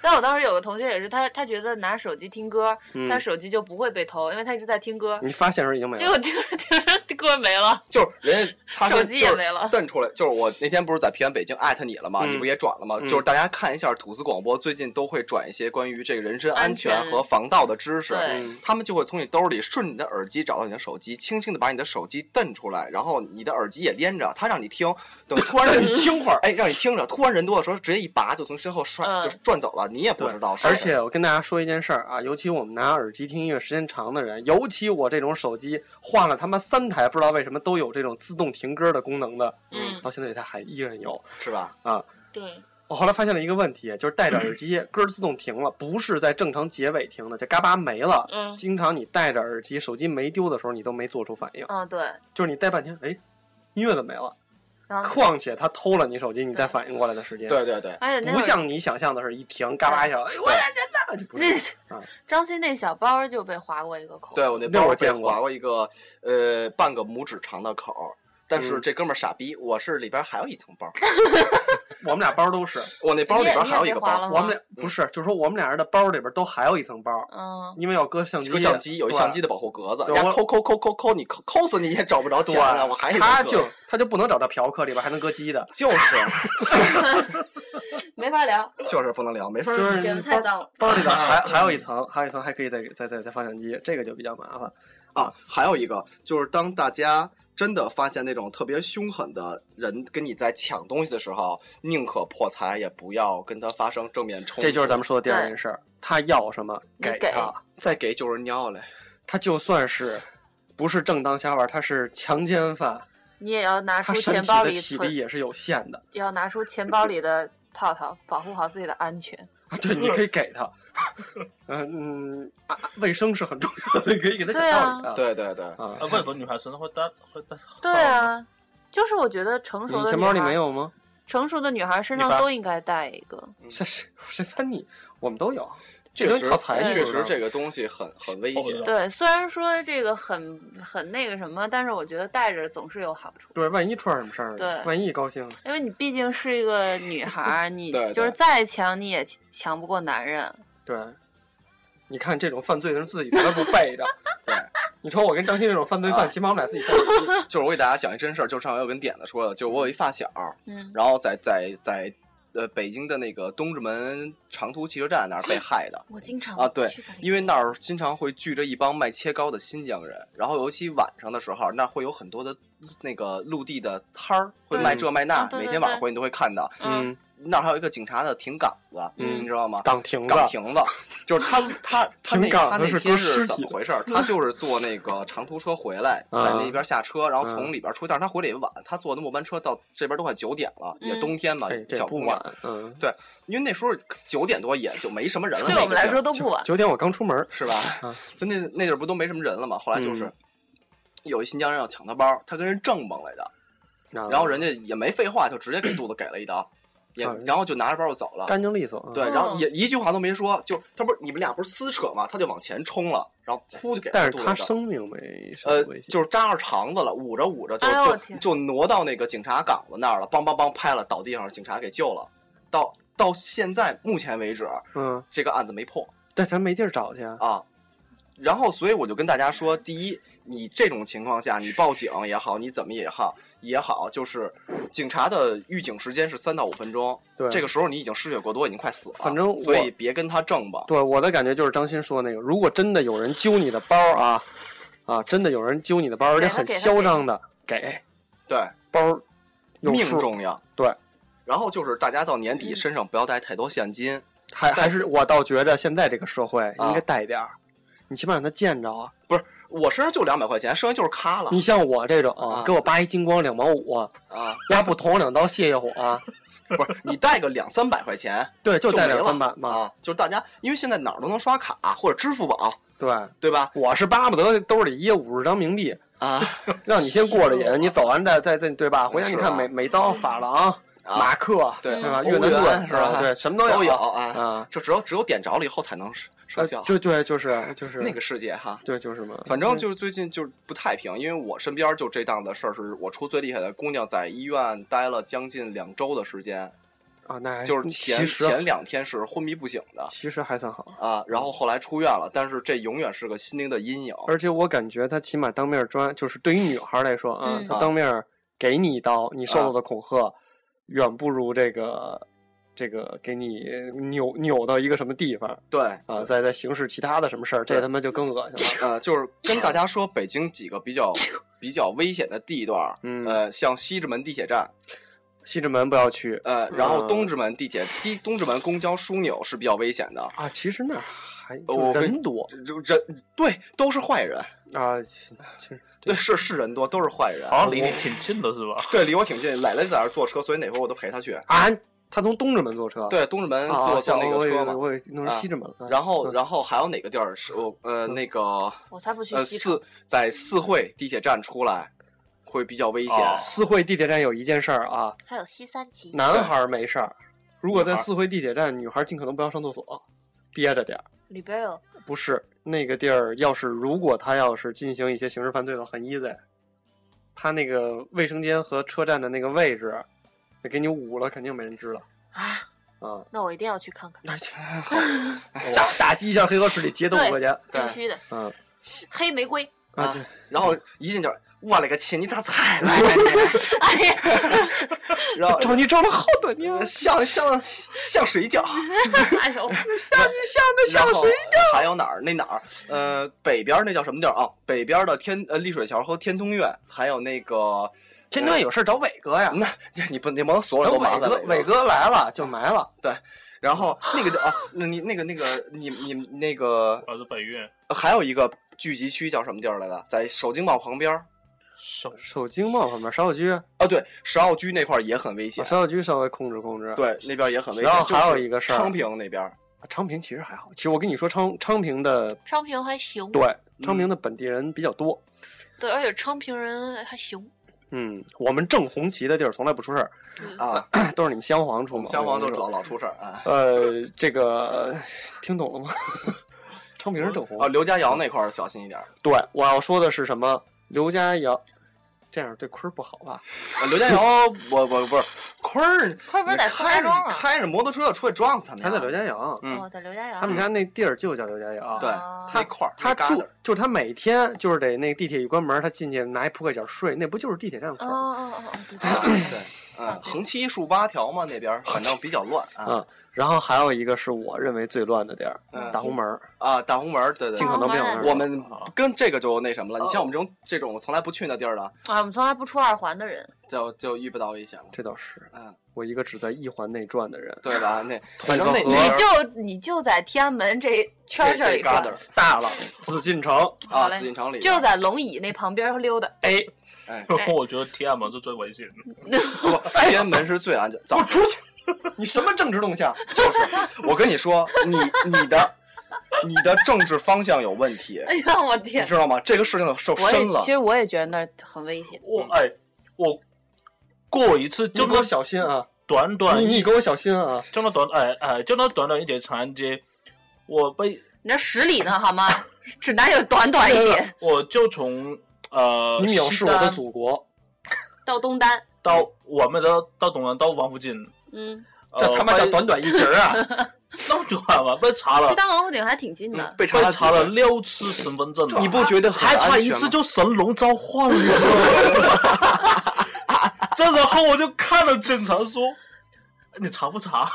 Speaker 2: 但我当时有个同学也是，他他觉得拿手机听歌，
Speaker 3: 嗯啊
Speaker 2: 他手机就不会被偷，因为他一直在听歌，
Speaker 3: 你发现的时候已经没
Speaker 2: 结
Speaker 3: 了
Speaker 2: 果，听着听着歌没了，
Speaker 5: 就是人家擦身
Speaker 2: 手机也
Speaker 5: 就是
Speaker 2: 没了
Speaker 5: 瞪出来，就是我那天不是在平安北京艾特你了吗？
Speaker 3: 嗯
Speaker 5: 你不也转了吗？
Speaker 3: 嗯
Speaker 5: 就是大家看一下吐司广播，最近都会转一些关于这个人身
Speaker 2: 安
Speaker 5: 安
Speaker 2: 全
Speaker 5: 全和防盗的知识。
Speaker 2: 对
Speaker 3: 嗯
Speaker 5: 他们就会从你兜里顺着你的耳机找到你的手机，轻轻的把你的手机瞪出来，然后你的耳机也连着，他让你听。等突然人
Speaker 2: 嗯
Speaker 3: 听会儿。
Speaker 5: 哎让你听着，突然人多的时候直接一拔就从身后甩、
Speaker 2: 嗯
Speaker 5: 就转走了，你也不知道是谁。
Speaker 3: 而且我跟大家说一件事儿啊，尤其我们拿耳机听音乐时间长的人，尤其我这种手机换了他妈三台，不知道为什么都有这种自动停歌的功能的，
Speaker 2: 嗯
Speaker 3: 到现在它还依然有。
Speaker 5: 是吧？
Speaker 2: 对，
Speaker 3: 我后来发现了一个问题，就是戴着 耳机歌自动停了，不是在正常结尾停的，就嘎巴没了。
Speaker 2: 嗯
Speaker 3: 经常你戴着耳机，手机没丢的时候，你都没做出反应，
Speaker 2: 嗯对，
Speaker 3: 就是你戴半天，哎，音乐怎么没了？
Speaker 2: 然后
Speaker 3: 况且他偷了你手机，你
Speaker 2: 嗯
Speaker 3: 再反应过来的时间，
Speaker 5: 对对对，
Speaker 2: 而且那
Speaker 3: 不
Speaker 2: 会儿
Speaker 3: 像你想象的是一停，嘎巴一下，哎呦，我人呢？就不是
Speaker 2: 那
Speaker 3: 啊
Speaker 2: 张鑫那小包就被划过一个口，
Speaker 5: 对我那
Speaker 3: 那
Speaker 5: 包
Speaker 3: 我
Speaker 5: 被
Speaker 3: 见过
Speaker 5: 划过一个呃半个拇指长的口儿，但是
Speaker 3: 嗯
Speaker 5: 这哥们儿傻逼，我是里边还有一层包，
Speaker 3: 我们俩包都是，
Speaker 5: 我那包里
Speaker 2: 你也
Speaker 5: 边还有一
Speaker 2: 你也
Speaker 5: 个
Speaker 2: 被划了
Speaker 5: 包，
Speaker 2: 吗
Speaker 3: 我们俩不是，就是说我们俩人的包里边都还有一层包，
Speaker 2: 嗯，
Speaker 3: 因为要搁相机，啊
Speaker 5: 搁相机有一
Speaker 3: 对
Speaker 5: 相机的保护格子，
Speaker 3: 对
Speaker 5: 人家
Speaker 3: 我
Speaker 5: 抠抠抠抠抠，你抠抠死你也找不着
Speaker 3: 对
Speaker 5: 钱了，我还有一
Speaker 3: 他
Speaker 5: 个
Speaker 3: 就他就不能找到嫖客里边还能搁鸡的，
Speaker 5: 就是
Speaker 2: 没法聊，
Speaker 5: 就是不能聊，没法
Speaker 3: 就
Speaker 5: 儿
Speaker 3: 是
Speaker 2: 觉得
Speaker 3: 你
Speaker 2: 太
Speaker 3: 嗯包
Speaker 2: 脏了。
Speaker 3: 包里边还还有一层，还有一层还可以再再再再放相机，这个就比较麻烦。
Speaker 5: 啊，还有一个就是，当大家真的发现那种特别凶狠的人跟你在抢东西的时候，宁可破财，也不要跟他发生正面冲突。
Speaker 3: 这就是咱们说的第二件事儿，他要什么
Speaker 2: 你
Speaker 3: 给
Speaker 2: 给
Speaker 3: 他，
Speaker 5: 再给就是尿嘞，
Speaker 3: 他就算是不是正当虾玩，他是强奸犯，
Speaker 2: 你也要拿
Speaker 3: 他
Speaker 2: 出
Speaker 3: 身
Speaker 2: 钱
Speaker 3: 体
Speaker 2: 包
Speaker 3: 的
Speaker 2: 里
Speaker 3: 体力
Speaker 2: 存，
Speaker 3: 也是有限的
Speaker 2: 要拿出钱包里的套套，保护好自己的安全。
Speaker 3: 啊。对，你可以给他，嗯嗯，啊卫生是很重要的，你可以给他讲
Speaker 2: 对啊
Speaker 3: 道理的。
Speaker 5: 对对对，
Speaker 3: 啊
Speaker 4: 啊，，外国女孩子会带会带。
Speaker 2: 对啊，就是我觉得成熟
Speaker 3: 你
Speaker 2: 的
Speaker 3: 嗯钱
Speaker 2: 女
Speaker 3: 包里
Speaker 2: 孩
Speaker 3: 没有吗？
Speaker 2: 成熟的女孩身
Speaker 4: 你
Speaker 2: 上
Speaker 4: 翻
Speaker 2: 都应该带一个。
Speaker 3: 谁谁谁翻你？我们都有，这
Speaker 5: 嗯确
Speaker 3: 东
Speaker 5: 实
Speaker 3: 西靠财
Speaker 2: 运
Speaker 5: 确
Speaker 3: 不是
Speaker 5: 实
Speaker 3: 吗
Speaker 5: 这个东西很很危
Speaker 4: 我不
Speaker 5: 险
Speaker 4: 知道。
Speaker 2: 对，虽然说这个很很那个什么，但是我觉得带着总是有好处，
Speaker 3: 对，万一出点什么事儿呢？
Speaker 2: 对
Speaker 3: 万一一高兴，
Speaker 2: 因为你毕竟是一个女孩儿，你
Speaker 5: 对
Speaker 2: 就是
Speaker 5: 对
Speaker 2: 再强你也强不过男人。
Speaker 3: 对，你看这种犯罪的人自己从来不备着。
Speaker 5: 对，
Speaker 3: 你瞅我跟张鑫这种犯罪犯，
Speaker 5: 啊
Speaker 3: 起码我们 俩自己背着。
Speaker 5: 就是我给大家讲一真事儿，就是上回我跟点子说的，就我有一发小，
Speaker 2: 嗯，
Speaker 5: 然后在在在呃北京的那个东直门长途汽车站那儿被害的。
Speaker 2: 哎我经常
Speaker 5: 啊，对
Speaker 2: 去的，
Speaker 5: 因为那儿经常会聚着一帮卖切糕的新疆人，然后尤其晚上的时候，那儿会有很多的那个陆地的摊儿，会卖这卖那
Speaker 2: 嗯，对
Speaker 5: 每
Speaker 2: 对
Speaker 5: 天晚
Speaker 2: 对
Speaker 5: 上回你都会看到。
Speaker 3: 嗯，
Speaker 5: 那儿还有一个警察的停岗子，
Speaker 3: 嗯
Speaker 5: 你知道吗？
Speaker 3: 岗亭子，
Speaker 5: 岗亭子，就是他他他那
Speaker 3: 停岗
Speaker 5: 他
Speaker 3: 子是
Speaker 5: 那天
Speaker 3: 搁尸
Speaker 5: 是怎
Speaker 3: 体
Speaker 5: 么
Speaker 3: 的
Speaker 5: 回事儿？他就是坐那个长途车回来，
Speaker 3: 啊
Speaker 5: 在那边下车，然后
Speaker 3: 嗯
Speaker 5: 从里边出，但是他回来也晚，他坐的末班车到这边都快九点了，也
Speaker 2: 嗯
Speaker 5: 冬天嘛
Speaker 3: 哎，，这也
Speaker 5: 小
Speaker 3: 不
Speaker 5: 姑娘
Speaker 3: 晚，，嗯，
Speaker 5: 因为那时候九点多也就没什么人了，
Speaker 2: 对
Speaker 5: 那
Speaker 2: 我们
Speaker 5: 个
Speaker 2: 来
Speaker 5: 地儿
Speaker 2: 说都不晚。
Speaker 3: 九点我刚出门儿，
Speaker 5: 是吧
Speaker 3: 啊？
Speaker 5: 就那那阵儿不都没什么人了嘛？后来就是
Speaker 3: 嗯
Speaker 5: 有一新疆人要抢他包，他跟人正蒙来的，
Speaker 3: 然
Speaker 5: 然后人家也没废话，就直接给肚子给了一刀，也
Speaker 3: 啊啊
Speaker 5: 然后就拿着包就走了。
Speaker 3: 干净利索。嗯
Speaker 5: 对，
Speaker 2: 哦
Speaker 5: 然后也一句话都没说，就他不是你们俩不是撕扯嘛，他就往前冲了，然后噗就给
Speaker 3: 但
Speaker 5: 人肚
Speaker 3: 是
Speaker 5: 子
Speaker 3: 他
Speaker 5: 一刀
Speaker 3: 生命没什么
Speaker 5: 呃
Speaker 3: 危险，
Speaker 5: 就是扎着肠子了，捂着捂着就
Speaker 2: 哎呦
Speaker 5: 就
Speaker 2: 我天
Speaker 5: 就挪到那个警察岗子那儿了，梆梆梆拍了，倒地上，警察给救了。到到现在目前为止，
Speaker 3: 嗯，
Speaker 5: 这个案子没破。
Speaker 3: 但咱没地儿找去啊。
Speaker 5: 啊。然后，所以我就跟大家说，第一，你这种情况下，你报警也好，你怎么也好也好，就是警察的预警时间是三到五分钟，
Speaker 3: 对，
Speaker 5: 这个时候你已经失血过多，已经快死了，
Speaker 3: 反正我
Speaker 5: 所以别跟他正吧。
Speaker 3: 对，我的感觉就是张鑫说那个，如果真的有人揪你的包啊，啊，真的有人揪你的包，而且
Speaker 2: 给他
Speaker 3: 很
Speaker 2: 给他
Speaker 3: 嚣
Speaker 2: 给
Speaker 3: 张的，给
Speaker 5: 对，
Speaker 3: 包有
Speaker 5: 命
Speaker 3: 数，
Speaker 5: 重要。
Speaker 3: 对，
Speaker 5: 然后就是大家到年底身上不要带太多现金，
Speaker 3: 还还是我倒觉得现在这个社会
Speaker 5: 啊
Speaker 3: 应该带点儿，你起码让他见着啊。
Speaker 5: 我身上就两百块钱，剩下就是咔了
Speaker 3: 你像我这种啊
Speaker 5: 啊
Speaker 3: 给我扒一金光两毛五啊，
Speaker 5: 啊。
Speaker 3: 丫不捅我两刀谢谢我 啊。
Speaker 5: 不是，你带个两三百块钱
Speaker 3: 对，就带
Speaker 5: 没
Speaker 3: 两
Speaker 5: 了
Speaker 3: 三百嘛。
Speaker 5: 啊，就是大家因为现在哪儿都能刷卡或者支付宝，
Speaker 3: 对，
Speaker 5: 对吧？
Speaker 3: 我是巴不得兜里掖五十张冥币，
Speaker 5: 啊
Speaker 3: 让你先过了瘾，你走完再再再对吧？回家你
Speaker 5: 是
Speaker 3: 看
Speaker 5: 吧
Speaker 3: 美美刀、法郎、马
Speaker 5: 啊，
Speaker 3: 克，
Speaker 5: 对
Speaker 3: 对吧？
Speaker 5: 欧
Speaker 3: 越南盾
Speaker 5: 元是吧
Speaker 3: 啊对，什么
Speaker 5: 都
Speaker 3: 有
Speaker 5: 有啊。
Speaker 3: 啊。
Speaker 5: 就只有只有点着了以后才能生
Speaker 3: 呃
Speaker 5: 生效，
Speaker 3: 就对，就是就是嗯
Speaker 5: 那个，世界哈。
Speaker 3: 对，就是嘛。
Speaker 5: 反正就是最近就是不太平，因为我身边就这档子事儿，是我出最厉害的姑娘在医院待了将近两周的时间，
Speaker 3: 啊，那还
Speaker 5: 就是前
Speaker 3: 其实哦
Speaker 5: 前两天是昏迷不醒的
Speaker 3: 其实还算好，
Speaker 5: 啊，然后后来出院了，但是这永远是个心灵的阴影。
Speaker 3: 而且我感觉他起码当面抓，就是对于女孩来说啊，
Speaker 2: 嗯
Speaker 3: 他当面给你一刀，你
Speaker 5: 啊
Speaker 3: 受到的恐吓、远不如这个这个给你扭扭到一个什么地方
Speaker 5: 对，
Speaker 3: 啊，再再行事其他的什么事儿，这
Speaker 5: 对
Speaker 3: 他妈就更恶 心了。
Speaker 5: 呃， 就是跟大家说北京几个比 较比较危险的地段，
Speaker 3: 嗯
Speaker 5: 呃，像西直门地铁站，
Speaker 3: 西直门不要去
Speaker 5: 呃，然后
Speaker 3: 嗯
Speaker 5: 东直门地铁、东东直门公交枢纽是比较危险的，
Speaker 3: 啊，其实那还就
Speaker 5: 呃我跟
Speaker 3: 人多
Speaker 5: 就人对都是坏人，
Speaker 3: 啊，其其实
Speaker 5: 对，是是人多，都是坏
Speaker 3: 哦
Speaker 5: 人。
Speaker 4: 好像离你挺近的是吧？
Speaker 5: 对，离我挺近，奶奶在那儿坐车，所以哪回我都陪她去。
Speaker 3: 啊，他从东直门坐车，
Speaker 5: 对，东直门
Speaker 3: 啊，
Speaker 5: 坐
Speaker 3: 像
Speaker 5: 坐那
Speaker 3: 我
Speaker 5: 个
Speaker 3: 以
Speaker 5: 车
Speaker 3: 为
Speaker 5: 嘛。
Speaker 3: 我以为弄成
Speaker 5: 啊
Speaker 3: 西直门了。
Speaker 5: 然后，
Speaker 3: 嗯
Speaker 5: 然后还有哪个地儿是我呃那个
Speaker 2: 我才不去
Speaker 5: 呃
Speaker 2: 西城
Speaker 5: 四在四惠地铁站出来会比较危险。
Speaker 4: 哦
Speaker 3: 四惠地铁站有一件事儿啊，
Speaker 2: 还有西三旗。
Speaker 3: 男孩儿没事儿，如果在
Speaker 5: 女孩儿
Speaker 3: 四惠地铁站，女孩儿尽可能不要上厕所，憋着点儿。
Speaker 2: 里边有
Speaker 3: 不是那个地儿，要是如果他要是进行一些刑事犯罪的话，很 easy。他那个卫生间和车站的那个位置，给你捂了，肯定没人知道
Speaker 2: 啊，
Speaker 3: 啊。
Speaker 2: 那我一定要去看看，
Speaker 3: 那行好，
Speaker 5: 哎
Speaker 3: 打打击一下黑河市里劫的五块钱，
Speaker 2: 必须的，
Speaker 3: 嗯
Speaker 2: 黑 玫瑰。
Speaker 3: 啊，
Speaker 5: 啊
Speaker 3: 对，
Speaker 5: 然后一进去，我勒个去，你咋才 来呢？
Speaker 2: 哎呀，
Speaker 5: 然后
Speaker 3: 找你找了好多年，
Speaker 5: 像像像水 饺，
Speaker 2: 哎呦，
Speaker 5: 然后还有哪儿？那哪儿？呃，北边儿那叫什么地儿啊？北边儿的天呃丽水桥和天通苑，还有那个
Speaker 3: 天天有事儿找伟哥呀，
Speaker 5: 那这你不你甭所有人都麻
Speaker 3: 等伟
Speaker 5: 烦
Speaker 3: 哥
Speaker 5: 了
Speaker 3: 伟。哥来了就埋了，
Speaker 5: 然后那个叫啊，那你那个那个你你那个
Speaker 4: 我是北岳
Speaker 5: 呃还有一个聚集区叫什么地儿来着？在首经贸旁边儿
Speaker 4: 手
Speaker 3: 首经贸旁边芍药居，啊
Speaker 5: 啊，对，石澳居那块儿也很危险，
Speaker 3: 芍药居稍微控制控制。，
Speaker 5: 对，那边儿也很危险。
Speaker 3: 然后还有
Speaker 5: 就是
Speaker 3: 一个事儿
Speaker 5: 昌平那边儿，
Speaker 3: 昌平其实还好，其实我跟你说，昌昌平的
Speaker 2: 昌平还行，
Speaker 3: 对昌平的本地人比较多，
Speaker 2: 对而且昌平人还行，
Speaker 3: 嗯，我们正红旗的地儿从来不出事儿，
Speaker 2: 嗯
Speaker 5: 啊，
Speaker 3: 都是你们镶黄出毛病。
Speaker 5: 消防都
Speaker 3: 我跟你
Speaker 5: 老
Speaker 3: 说
Speaker 5: 老出事儿啊。
Speaker 3: 呃，这个听懂了吗？ 昌平是正红
Speaker 5: 啊，。刘家窑那块儿小心一点儿。
Speaker 3: 对，我要说的是什么？刘家窑，这样对坤儿不好吧？
Speaker 5: 啊刘家窑，我我不是坤儿，
Speaker 2: 快不是
Speaker 5: 你
Speaker 2: 在石家
Speaker 5: 开着
Speaker 2: 庄啊？
Speaker 5: 开着摩托车出去撞死他们
Speaker 3: 他
Speaker 5: 呀。
Speaker 3: 在刘家窑，
Speaker 5: 嗯
Speaker 2: 哦，在刘家窑。
Speaker 3: 他们家那地儿就叫刘家窑。
Speaker 5: 对
Speaker 2: 啊
Speaker 5: 那块儿，
Speaker 3: 他
Speaker 5: 那旮
Speaker 3: 住
Speaker 5: 瘩儿
Speaker 3: 就是他每天就是得那地铁一关门，他进去拿一铺盖卷睡，那不就是地铁站口
Speaker 5: 嗯
Speaker 2: 哦
Speaker 3: 儿？
Speaker 2: 哦哦哦，对
Speaker 5: 啊
Speaker 2: 对
Speaker 5: 对
Speaker 2: 对，，
Speaker 5: 嗯，横七竖八条嘛，那边儿反正比较乱啊
Speaker 3: 嗯然后还有一个是我认为最乱的地儿，
Speaker 5: 嗯
Speaker 3: 大红门儿，
Speaker 5: 啊，大红门儿，对对
Speaker 3: 进
Speaker 2: 尽
Speaker 5: 对
Speaker 2: 可
Speaker 3: 口
Speaker 2: 能。
Speaker 3: 都没有
Speaker 2: 大红门
Speaker 3: 人。
Speaker 5: 我们
Speaker 3: 啊
Speaker 5: 跟这个就那什么了，你像我们这
Speaker 3: 哦
Speaker 5: 种这种从来不去那地儿的，
Speaker 2: 啊，我们从来不出二环的人，
Speaker 5: 就就遇不到危险了，
Speaker 3: 这倒是，
Speaker 5: 嗯，
Speaker 3: 我一个只在一环内转的人，
Speaker 5: 对吧？那
Speaker 3: 通
Speaker 5: 反
Speaker 3: 个
Speaker 5: 正那
Speaker 3: 河
Speaker 2: 你
Speaker 5: 那
Speaker 2: 就你就在天安门这圈儿
Speaker 5: 这
Speaker 2: 这
Speaker 5: 这
Speaker 2: 里
Speaker 5: 旮
Speaker 2: 转
Speaker 5: 瘩，儿
Speaker 3: 大了，紫禁城，
Speaker 2: 好
Speaker 5: 啊，
Speaker 2: 嘞
Speaker 5: 紫禁城里
Speaker 2: 就在龙椅那旁边溜达。
Speaker 3: 哎，
Speaker 5: 哎，
Speaker 4: 我觉得天安门是最危险的。
Speaker 5: 不，天安门是最安全。
Speaker 3: 给我
Speaker 5: 早，
Speaker 3: 出去！你什么政治动 向？
Speaker 5: 我跟你说，你你的你的政治方向有问题，
Speaker 2: 哎呀，我
Speaker 5: 你
Speaker 2: 天！
Speaker 5: 知道吗？这个事情受
Speaker 2: 我也
Speaker 5: 深了
Speaker 2: 其。实我也觉得那儿很危险。
Speaker 4: 我哎，我过一次
Speaker 3: 你
Speaker 4: 就
Speaker 3: 给我
Speaker 4: 那
Speaker 3: 小心啊！
Speaker 4: 短短
Speaker 3: 你
Speaker 4: 一
Speaker 3: 你给我小心啊！
Speaker 4: 就那短哎哎，就那短短一节长安街，我被
Speaker 2: 你这十里呢，好吗？ 只哪有短短 一点
Speaker 4: 我就从呃
Speaker 3: 你藐视我的
Speaker 4: 西单
Speaker 3: 祖国，
Speaker 2: 到东单？
Speaker 4: 到我们的到东安到王府井，
Speaker 2: 嗯，
Speaker 3: 这他妈叫短短一截儿啊！
Speaker 4: 那么短吗？被查了
Speaker 2: 西，单王府井还挺近的。
Speaker 5: 被
Speaker 4: 被
Speaker 5: 查
Speaker 4: 查了
Speaker 5: 几
Speaker 4: 六次身份证
Speaker 5: 次，，你不觉得很
Speaker 4: 还
Speaker 5: 安
Speaker 4: 差一
Speaker 5: 全
Speaker 4: 次
Speaker 5: 吗
Speaker 4: 就神龙召唤 了。这然后我就看了警察说：“你查不查？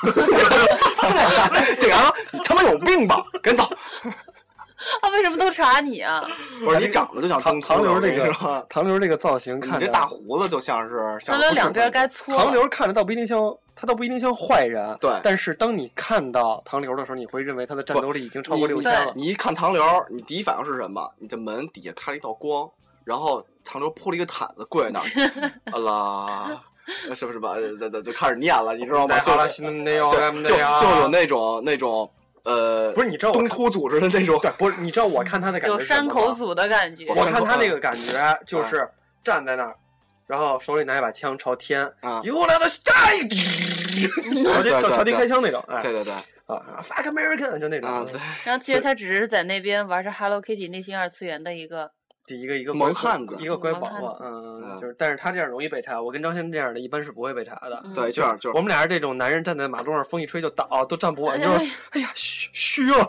Speaker 5: 警察，你他妈有病 吧？赶紧走！
Speaker 2: 他为什么都查你啊？
Speaker 5: 不是你长得就像
Speaker 3: 唐
Speaker 5: 中
Speaker 3: 唐
Speaker 5: 流
Speaker 3: 流这
Speaker 5: 是
Speaker 3: 个
Speaker 5: 吧？
Speaker 3: 唐流这个造型
Speaker 5: 你
Speaker 3: 看
Speaker 5: 这
Speaker 3: 着，
Speaker 5: 大胡子就像是像
Speaker 2: 唐流
Speaker 5: 不是
Speaker 2: 两边
Speaker 5: 很
Speaker 2: 该搓
Speaker 3: 唐
Speaker 2: 了。
Speaker 3: 流看着倒不一定像他倒不一定像坏人，
Speaker 5: 对
Speaker 3: 但是当你看到唐流的时候，你会认为他的战斗力已经超过
Speaker 5: 你
Speaker 3: 六千了。
Speaker 5: 你一看唐流，你第一反应是什么？你这门底下开了一道光，然后唐流铺了一个毯子跪在那 儿，啊啦，呃是不是吧？这这就开始念了，你知道吗？就
Speaker 3: 就
Speaker 5: 对就就有那种那种呃，
Speaker 3: 不是你知道我
Speaker 5: 东
Speaker 3: 看
Speaker 5: 突组织的那种
Speaker 3: 对，不是你知道我看他的感觉
Speaker 2: 有
Speaker 3: 是什
Speaker 2: 山
Speaker 3: 么吗
Speaker 2: 口，组的感觉，
Speaker 3: 我看他那个感觉
Speaker 5: 啊
Speaker 3: 就是站在那儿，然后手里拿一把枪朝天，
Speaker 5: 啊，
Speaker 3: 由来的大一，然后就就朝天开枪那种，哎
Speaker 5: 对对对
Speaker 3: 啊，fuck American 就那
Speaker 5: 啊，
Speaker 3: 种，
Speaker 5: 对，
Speaker 2: 然后其实他只是在那边玩着 Hello Kitty 内心二次元的一个，
Speaker 3: 就一个一个
Speaker 5: 萌
Speaker 3: 乖
Speaker 5: 汉子
Speaker 3: 一个乖
Speaker 2: 萌
Speaker 3: 宝
Speaker 2: 汉
Speaker 3: 宝
Speaker 2: 子，
Speaker 3: 嗯，
Speaker 5: 嗯
Speaker 3: 就是但是他这样容易被查，我跟张鑫这样的一般是不会被查的，
Speaker 2: 嗯
Speaker 5: 对，啊就是就是
Speaker 3: 我们俩是这种男人站在马路上，风一吹就倒，都站不稳，就是
Speaker 2: 哎
Speaker 3: 哎呀虚虚了，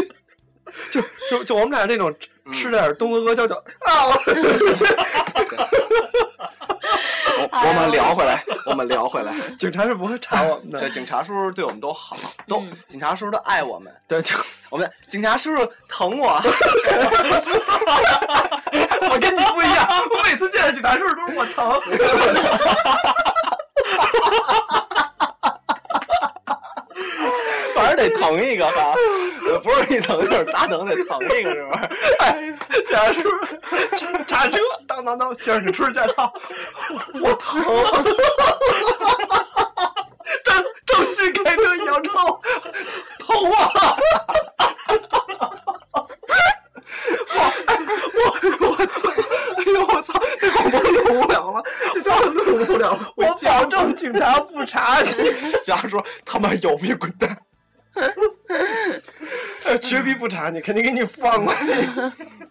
Speaker 3: 就就就我们俩这种吃吃点东阿阿胶胶啊，我
Speaker 5: 我我们聊回来，我们聊回来。
Speaker 3: 警察是不会查我们
Speaker 5: 对，
Speaker 3: 的，
Speaker 5: 警察叔叔对我们都好，都、
Speaker 2: 嗯
Speaker 5: 警察叔叔都爱我们，
Speaker 3: 对，就
Speaker 5: 我们警察叔叔疼我。
Speaker 3: 我跟你不一样，我每次见到警察叔叔都是我疼。
Speaker 5: 反正得疼一个哈，不是一疼就是大疼，得疼一个是不是？
Speaker 3: 警察叔叔查查车，当当当，先生，你出示驾照， 我疼。 张张鑫开车扬州，疼啊！
Speaker 5: 我我操！哎呦我操！这广播又无聊了，这家伙又无聊了。
Speaker 3: 我保证警察不查你。
Speaker 5: 警察叔叔他妈有病，滚蛋！
Speaker 3: 呃，绝逼不查你，肯定给你放过去。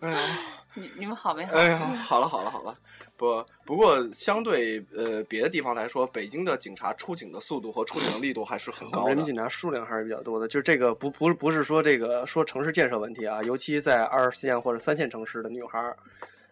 Speaker 5: 哎呀，
Speaker 2: 你你们好没好？
Speaker 5: 哎哎呀，好了好了好了，不，不过相对呃别的地方来说，北京的警察出警的速度和出警的力度还是很高
Speaker 3: 人
Speaker 5: 的。
Speaker 3: 民警察数量还是比较多的，就是这个不不是不是说这个说城市建设问题啊，尤其在二线或者三线城市的女孩儿，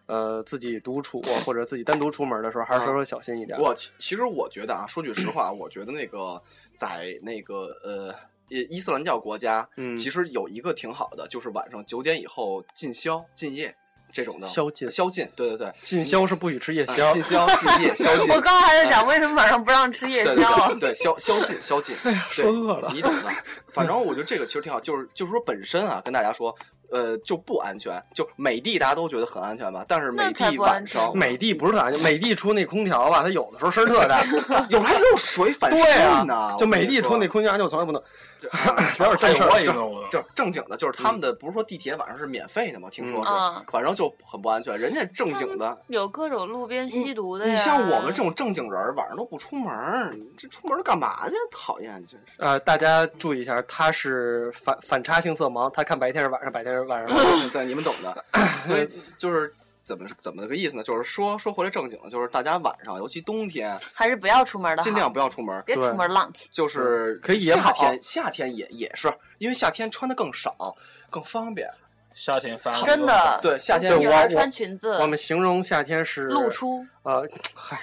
Speaker 3: 呃，自己独处或者自己单独出门的时候，还是稍微小心一点。
Speaker 5: 啊我其其实我觉得啊，说句实话，我觉得那个在那个呃伊伊斯兰教国家，
Speaker 3: 嗯
Speaker 5: 其实有一个挺好的，就是晚上九点以后禁宵禁夜这种的
Speaker 3: 宵禁
Speaker 5: 宵禁，对对对，
Speaker 3: 进宵是不许吃夜宵
Speaker 5: 啊，禁宵禁夜宵禁。
Speaker 2: 我刚还在讲为什么晚上不让吃夜
Speaker 5: 哎对
Speaker 2: 宵啊
Speaker 5: 对，对，宵宵禁宵禁。哎呀，
Speaker 3: 说饿了
Speaker 5: 你懂的。反正我觉得这个其实挺好，就是就是说本身啊，跟大家说，呃，就不安全。就美的大家都觉得很安全吧，但是美
Speaker 2: 那才
Speaker 5: 的
Speaker 2: 不
Speaker 5: 晚
Speaker 2: 安全
Speaker 5: 上
Speaker 3: 美的不是特安全，美的出那空调吧，它有的时候声儿 特大。
Speaker 5: 有时候还漏水反
Speaker 3: 对
Speaker 5: 渗呢、
Speaker 3: 啊，
Speaker 5: 我
Speaker 3: 就
Speaker 5: 跟
Speaker 3: 美
Speaker 5: 你
Speaker 3: 的
Speaker 5: 说
Speaker 3: 出那空调就从来不能。
Speaker 5: 就啊
Speaker 3: 主要是
Speaker 4: 还
Speaker 3: 正事
Speaker 4: 有我
Speaker 3: 儿，
Speaker 4: 一
Speaker 3: 正
Speaker 4: 个我
Speaker 5: 就是正经的，就是他们的不是说地铁晚上是免费的吗？听说是，
Speaker 2: 嗯
Speaker 5: 反正就很不安全。人家正经的，
Speaker 2: 有各种路边吸毒
Speaker 3: 啊
Speaker 2: 的
Speaker 5: 嗯
Speaker 2: 呀。
Speaker 5: 你像我们这种正经人儿，晚上都不出门儿，你这出门儿干嘛去？讨厌，真是。
Speaker 3: 呃，大家注意一下，他是反反差性色盲，他看白天是晚上，白天是晚上。
Speaker 5: 对，你们懂 的。所以就是怎么怎么个意思呢？就是说说回来正经的，就是大家晚上，尤其冬天，
Speaker 2: 还是不要出门的好，
Speaker 5: 尽量不要出门儿。
Speaker 2: 别出门浪去。
Speaker 5: 就是
Speaker 3: 嗯可以野
Speaker 5: 夏
Speaker 3: 跑
Speaker 5: 天，夏天也也是，因为夏天穿的更少，更方便。
Speaker 4: 夏天发
Speaker 2: 真的
Speaker 5: 对，夏天
Speaker 3: 啊对
Speaker 2: 女
Speaker 3: 我
Speaker 2: 孩穿裙子
Speaker 3: 我们形容夏天是
Speaker 2: 露 出，
Speaker 3: 呃，嗨，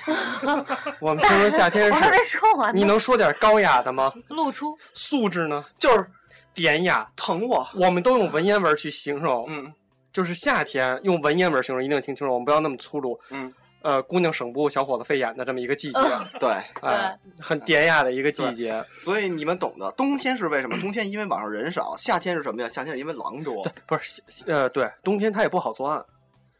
Speaker 3: 我们形容夏天
Speaker 2: 我还没
Speaker 3: 是，
Speaker 2: 说完
Speaker 3: 你
Speaker 2: 呢。
Speaker 3: 能说点高雅的吗？
Speaker 2: 露 出，
Speaker 3: 素质呢？
Speaker 5: 就是
Speaker 3: 典雅，
Speaker 5: 疼我。
Speaker 3: 我们都用文言文去形容，
Speaker 5: 嗯
Speaker 3: 就是夏天用文言文形容，一定听清楚，我们不要那么粗鲁。
Speaker 5: 嗯，
Speaker 3: 呃，姑娘省布，小伙子费眼的这么一个季节，
Speaker 5: 对。
Speaker 3: 哎，很典雅的一个季节。
Speaker 5: 所以你们懂的，冬天是为什么？冬天因为晚上人少，夏天是什么呀？夏天是因为狼多。
Speaker 3: 不是，呃，对，冬天它也不好作案。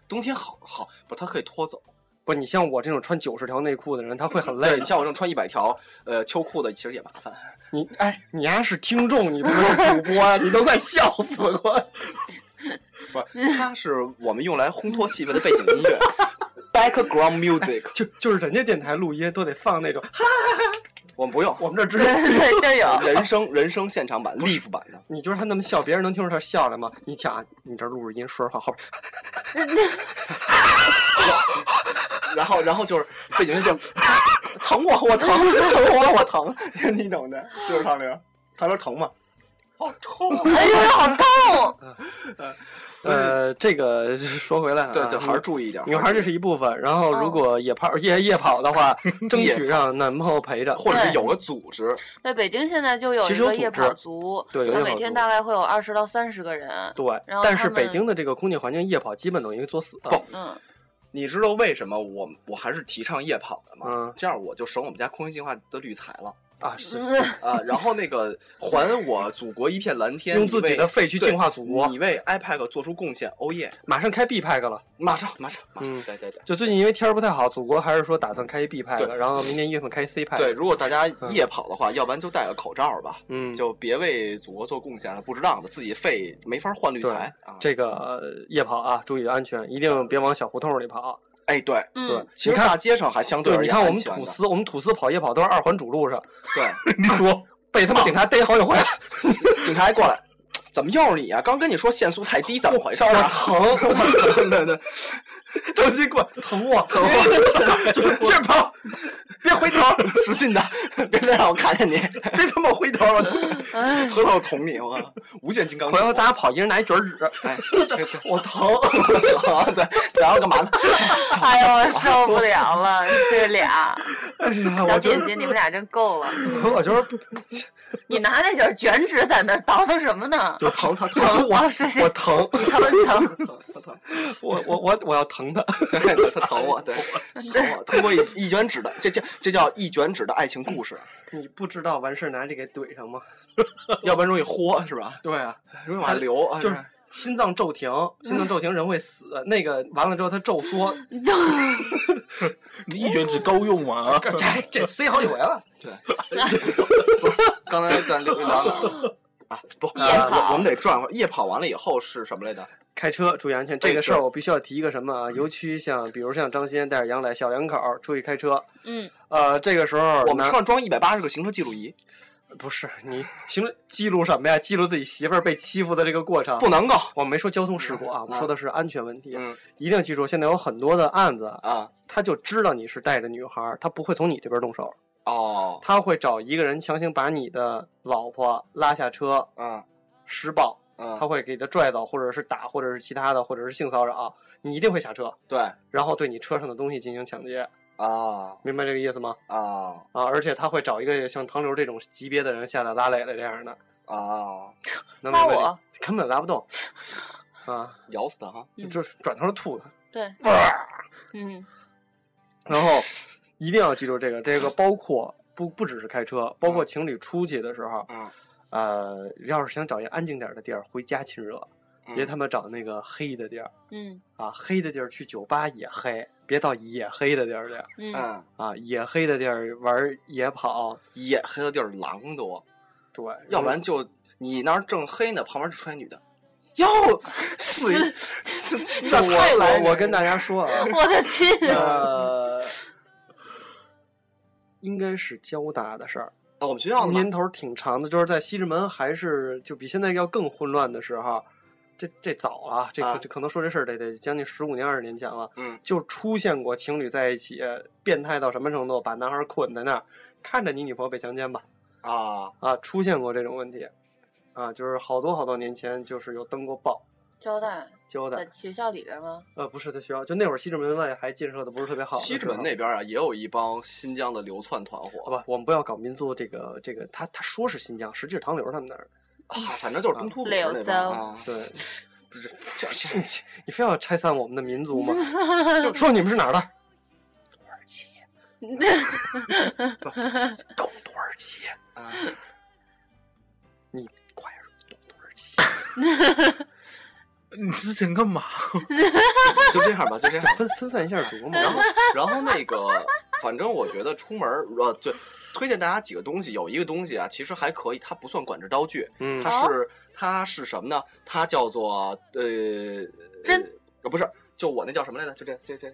Speaker 5: 冬天好好不，它可以拖走。
Speaker 3: 不，你像我这种穿九十条内裤的人，他会很累
Speaker 5: 对，你。像我这种穿一百条呃秋裤的，其实也麻烦。
Speaker 3: 你哎，你丫是听众，你不是主播啊呀、你都快笑死我！
Speaker 5: 不是，它是我们用来烘托气氛的背景音乐，background music。
Speaker 3: 就就是人家电台录音都得放那种，
Speaker 5: 我们不用，
Speaker 3: 我们这直
Speaker 2: 对
Speaker 3: 接，
Speaker 2: 对就有。
Speaker 5: 人声人声现场版 live 版的。
Speaker 3: 你觉得他那么笑，别人能听出他笑来吗？你想啊，你这录着音说着话，后边
Speaker 5: 然后，然后就是背景音乐就疼我，我疼，疼我，我疼， 你懂的，是不是唐玲？唐玲疼吗？
Speaker 4: 好痛啊！
Speaker 2: 哎呦，好痛！
Speaker 3: 呃，这个 说回来、啊，
Speaker 5: 对对，还是注意一点。
Speaker 3: 女孩这是一部分，然
Speaker 2: 哦
Speaker 3: 后如果夜跑、夜夜 跑的话，争取让男朋友陪着。
Speaker 5: 或者是有个组织，
Speaker 2: 在北京现在就有
Speaker 3: 其
Speaker 2: 一
Speaker 3: 实有
Speaker 2: 个夜
Speaker 3: 组织
Speaker 2: 跑族，
Speaker 3: 对有
Speaker 2: 他
Speaker 3: 夜
Speaker 2: 每
Speaker 3: 跑
Speaker 2: 天
Speaker 3: 族
Speaker 2: 大概会有二十到三十个人。
Speaker 3: 对
Speaker 2: 然后，
Speaker 3: 但
Speaker 2: 他
Speaker 3: 是北
Speaker 2: 们
Speaker 3: 京的这个空气环境，夜跑基本等于作死。
Speaker 5: 不
Speaker 2: 嗯，
Speaker 5: 你知道为什么我我还是提倡夜跑的吗？
Speaker 3: 嗯
Speaker 5: 这样我就省我们家空气净化的滤材了
Speaker 3: 啊，是
Speaker 5: 啊、然后那个还我祖国一片蓝天，
Speaker 3: 用自己的肺去净化祖
Speaker 5: 祖
Speaker 3: 国
Speaker 5: 你。为 iPad 做出贡献，哦耶！
Speaker 3: 马上开 B 派克了，
Speaker 5: 马上马上马上，
Speaker 3: 嗯
Speaker 5: 对对对
Speaker 3: 就最近因为天儿不太好，祖国还是说打算开一 B 派克，
Speaker 5: 对
Speaker 3: 然后明年一月份开 C 派。
Speaker 5: 对。，如果大家夜跑的话，要不然就戴个口罩吧，
Speaker 3: 嗯，
Speaker 5: 就别为祖国做贡献了，不值当的，自己肺没法换滤
Speaker 3: 对
Speaker 5: 材啊。
Speaker 3: 这个呃夜跑啊，注意安全，一定别往小胡同里跑。
Speaker 5: 哎对。
Speaker 3: 对
Speaker 2: 嗯，，
Speaker 5: 其实
Speaker 3: 你看哦
Speaker 5: 大街上还相对
Speaker 3: 对，
Speaker 5: 而
Speaker 3: 你
Speaker 5: 言
Speaker 3: 看我
Speaker 5: 安
Speaker 3: 们
Speaker 5: 全
Speaker 3: 土
Speaker 5: 的，
Speaker 3: 司，我们土司跑夜跑都是二环主路 上，
Speaker 5: 对，
Speaker 4: 你说
Speaker 3: 被他们警察逮好几 回，
Speaker 5: 警察还过来，怎么又是你啊？刚跟你说限速太低，怎么回事儿
Speaker 3: 我
Speaker 5: 啊？
Speaker 3: 疼，
Speaker 5: 对对对，周奇过
Speaker 3: 疼我，疼我。
Speaker 5: 劲儿跑，别回头，使劲的，别再让我看见你，别他妈回头，我
Speaker 2: 哎，
Speaker 5: 回头我捅你，我无限金刚
Speaker 3: 回
Speaker 5: 手
Speaker 3: 头咱俩跑，一人拿一卷纸，
Speaker 5: 哎，我疼，我疼，对，想要干嘛呢？
Speaker 2: 哎呦，我 受不了了，这俩小
Speaker 3: 哎我觉
Speaker 2: 姐
Speaker 3: 得
Speaker 2: 姐，你们俩真够了！
Speaker 3: 我觉得
Speaker 2: 你拿那卷卷纸在那儿叨叨什么呢？
Speaker 5: 我疼，疼，疼，
Speaker 2: 疼，我是
Speaker 3: 我疼，
Speaker 2: 他们 疼，
Speaker 5: 他疼，
Speaker 3: 我我我我要疼他。
Speaker 5: 对，他疼我，对，疼我，通过一一卷纸的，这叫这叫一卷纸的爱情故事，
Speaker 3: 你不知道完事儿拿这给怼上吗？
Speaker 5: 要不然容易豁，是吧？
Speaker 3: 对 啊，
Speaker 5: 容易往下流，啊
Speaker 3: 就是心脏骤停，心脏骤停人会死，那个完了之后他骤 缩，
Speaker 4: 你一卷纸够用吗？啊
Speaker 3: 这这这塞好几回了。
Speaker 5: 对， 刚才咱聊聊哪儿了啊？不，
Speaker 2: 夜
Speaker 5: 我
Speaker 2: 跑
Speaker 5: 我我们得转会儿。夜跑完了以后是什么来着？
Speaker 3: 开车注意安全，这个事儿我必须要提一个什么啊？尤其像比如像张鑫带着杨磊小两口儿出去开车，
Speaker 2: 嗯，
Speaker 3: 呃，这个时候
Speaker 5: 我们
Speaker 3: 拿
Speaker 5: 车上装一百八十个行车记录仪，
Speaker 3: 不是你行记录什么呀？记录自己媳妇儿被欺负的这个过程。
Speaker 5: 不，能够，
Speaker 3: 我没说交通事故啊，我说的是安全问题。
Speaker 5: 嗯
Speaker 3: 一定记住，现在有很多的案子，
Speaker 5: 啊，
Speaker 3: 他就知道你是带着女孩儿，他不会从你这边动手，
Speaker 5: 哦，
Speaker 3: 他会找一个人强行把你的老婆拉下车
Speaker 5: 嗯
Speaker 3: 施暴，他
Speaker 5: 嗯，
Speaker 3: 会给他拽走，或者是打，或者是其他的，或者是性骚扰，你一定会下车，
Speaker 5: 对，
Speaker 3: 然后对你车上的东西进行抢劫，
Speaker 5: 啊
Speaker 3: 明白这个意思吗？
Speaker 5: 啊
Speaker 3: 啊，而且他会找一个像唐流这种级别的人下来拉累了这样的，
Speaker 5: 啊，
Speaker 3: 能
Speaker 2: 拉
Speaker 3: 明白这
Speaker 2: 我
Speaker 3: 根本拉不动，啊，
Speaker 5: 咬死他哈，
Speaker 2: 嗯
Speaker 3: 就是转头就吐他，
Speaker 2: 对，嗯，
Speaker 3: 然后一定要记住这个，这个包括不不只是开车，包括情侣出去的时候，
Speaker 5: 嗯，
Speaker 3: 呃，要是想找一个安静点儿的地儿回家亲热，
Speaker 5: 嗯
Speaker 3: 别他妈找那个黑的地儿
Speaker 2: 嗯
Speaker 3: 啊，黑的地儿去酒吧也黑，别到野黑的地儿去
Speaker 2: 嗯，
Speaker 5: 嗯，
Speaker 3: 啊，野黑的地儿玩儿野跑，
Speaker 5: 野黑的地儿狼多，
Speaker 3: 对，
Speaker 5: 要不然就你那儿正黑呢，旁边就出来女的，哟，死， 这这
Speaker 3: 就
Speaker 5: 这太来
Speaker 3: 我
Speaker 5: 人
Speaker 3: 我跟大家说啊，
Speaker 2: 我的去，
Speaker 3: 呃，应该是交大的事儿，
Speaker 5: 啊我们学校的嘛
Speaker 3: 年头儿挺长的，就是在西直门还是就比现在要更混乱的时候，这这早了啊，这
Speaker 5: 啊
Speaker 3: 可这可能说这事儿得得将近十五年二十年前了，
Speaker 5: 嗯，
Speaker 3: 就出现过情侣在一起变态到什么程度，把男孩儿捆在那儿，看着你女朋友被强奸吧，
Speaker 5: 啊，
Speaker 3: 啊，出现过这种问题，啊，就是好多好多年前就是有登过报。
Speaker 2: 交代
Speaker 3: 交代
Speaker 2: 在，学校里边吗？
Speaker 3: 呃，不是在学校，就那会儿西直门外还建设的不是特别好的时候。
Speaker 5: 西直门那边啊也有一帮新疆的流窜团
Speaker 3: 好
Speaker 5: 伙，
Speaker 3: 吧，我们不要搞民族这个这个，他他说是新疆，实际是唐刘他们那儿。
Speaker 5: 啊，反正就是东突组织
Speaker 2: 柳
Speaker 5: 那
Speaker 2: 州
Speaker 5: 帮啊，
Speaker 3: 对， 不是，这这 你你非要拆散我们的民族吗？就说你们是哪儿的？东土耳其，
Speaker 5: 啊
Speaker 3: 你快点说东土耳其，
Speaker 4: 你之前干嘛？
Speaker 5: 就这样吧，就这样吧
Speaker 3: 分分散一下祖国 嘛。
Speaker 5: 然后，然后那个，反正我觉得出门儿，呃，对，推荐大家几个东西。有一个东西啊，其实还可以，它不算管制刀具，
Speaker 3: 嗯
Speaker 5: 它是它是什么呢？它叫做呃
Speaker 2: 针
Speaker 5: 呃，不是，就我那叫什么来着？就这这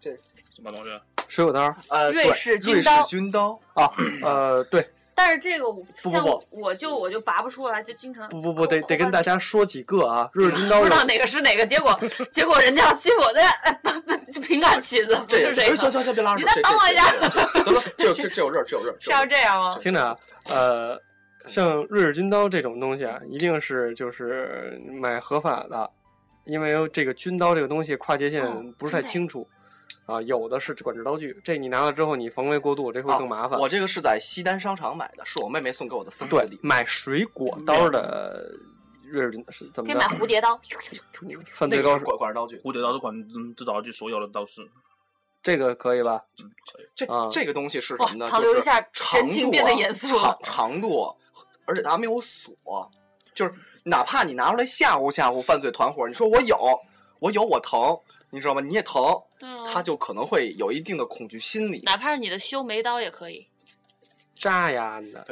Speaker 5: 这
Speaker 4: 什么东西？啊
Speaker 3: 水果刀儿
Speaker 5: 呃，
Speaker 2: 瑞
Speaker 5: 对
Speaker 2: 士军
Speaker 5: 瑞士
Speaker 2: 刀
Speaker 5: 军 刀，
Speaker 3: 啊，呃，对，
Speaker 2: 但是这个我
Speaker 3: 不
Speaker 2: 像
Speaker 3: 不
Speaker 2: 我就我就拔不出来，就经常
Speaker 3: 不不不，得
Speaker 2: 扣
Speaker 3: 得跟大。
Speaker 2: 扣
Speaker 3: 家说几个啊，瑞士军刀
Speaker 2: 不
Speaker 3: 有
Speaker 2: 知道哪个是哪个，结果结果人家要欺负我的哎不不平杆起子，不
Speaker 5: 这
Speaker 2: 是
Speaker 5: 也是。哎
Speaker 2: 这
Speaker 5: 行
Speaker 2: 个，
Speaker 5: 行行，别拉
Speaker 2: 你
Speaker 5: 手，
Speaker 2: 再
Speaker 5: 这
Speaker 2: 等我一下
Speaker 5: 这这这得了，这有这这有热，这有热，
Speaker 2: 是要
Speaker 5: 这
Speaker 2: 这样吗？
Speaker 3: 听着啊，呃，像瑞士军刀这种东西啊，一定是就是买合法的，因为这个军刀这个东西跨界线
Speaker 2: 哦
Speaker 3: 不是太
Speaker 2: 真的
Speaker 3: 清楚。啊，有的是管制刀具，这你拿了之后你防卫过度，这会
Speaker 5: 啊
Speaker 3: 更麻烦。
Speaker 5: 我这个是在西单商场买的，是我妹妹送给我的生日
Speaker 3: 对
Speaker 5: 礼，物。
Speaker 3: 买水果刀的瑞士军是怎
Speaker 2: 可
Speaker 3: 么
Speaker 2: 以
Speaker 3: 着
Speaker 2: 买？蝴蝶刀，
Speaker 3: 犯
Speaker 5: 那
Speaker 3: 罪
Speaker 5: 个
Speaker 3: 高
Speaker 5: 是
Speaker 3: 手，
Speaker 5: 管管制刀具，
Speaker 4: 蝴蝶刀是管制制刀具所有的刀是，
Speaker 3: 这个可以吧？
Speaker 4: 嗯，可以。
Speaker 5: 这
Speaker 3: 啊
Speaker 5: 这个东西是什
Speaker 2: 哇
Speaker 5: 么呢？
Speaker 2: 唐
Speaker 5: 就
Speaker 2: 流
Speaker 5: 是
Speaker 2: 一下
Speaker 5: 长
Speaker 2: 神情
Speaker 5: 度
Speaker 2: 变得
Speaker 5: 啊
Speaker 2: 严肃了
Speaker 5: 长长度，啊而且它没有锁，就是哪怕你拿出来吓唬吓唬犯罪团伙，你说我有，我有，我疼，你知道吗？你也疼，他就可能会有一定的恐惧心理。
Speaker 2: 嗯哪怕是你的修眉刀也可以，
Speaker 3: 扎呀你的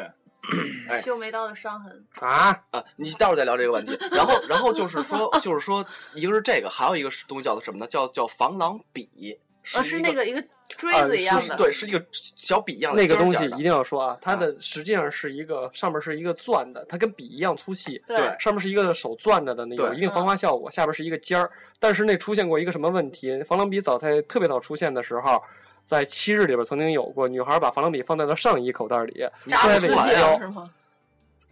Speaker 5: 哎
Speaker 2: 修眉刀的伤痕。
Speaker 3: 啊！
Speaker 5: 啊，你待会儿再聊这个问题。然后，然后就是说，就是说，一个是这个，还有一个是东西叫做什么呢？叫叫防狼笔，
Speaker 2: 呃，
Speaker 5: 是
Speaker 2: 是
Speaker 5: 一
Speaker 2: 那
Speaker 5: 个
Speaker 2: 个一个锥
Speaker 3: 呃
Speaker 2: 子一
Speaker 3: 是
Speaker 2: 样
Speaker 5: 是
Speaker 2: 的，
Speaker 5: 对，是一个小笔一样的
Speaker 3: 那个
Speaker 5: 尖儿
Speaker 3: 东
Speaker 5: 尖
Speaker 3: 西
Speaker 5: 儿
Speaker 3: 一
Speaker 5: 的嗯
Speaker 3: 定要说啊，它的实际上是一个上面是一个钻的，它跟笔一样粗细，
Speaker 5: 对
Speaker 3: 上面是一个手攥着的，那有
Speaker 5: 对
Speaker 3: 一定防滑效果，下边是一个尖儿。但是那出现过一个什么问题？防狼笔早在特别早出现的时候，在七日里边曾经有过，女孩把防狼笔放在了上衣口袋里，
Speaker 5: 你
Speaker 2: 扎
Speaker 3: 摔
Speaker 2: 不
Speaker 5: 出
Speaker 2: 出
Speaker 3: 了
Speaker 5: 来啊
Speaker 3: 一
Speaker 2: 血
Speaker 3: 跤
Speaker 2: 是，吗？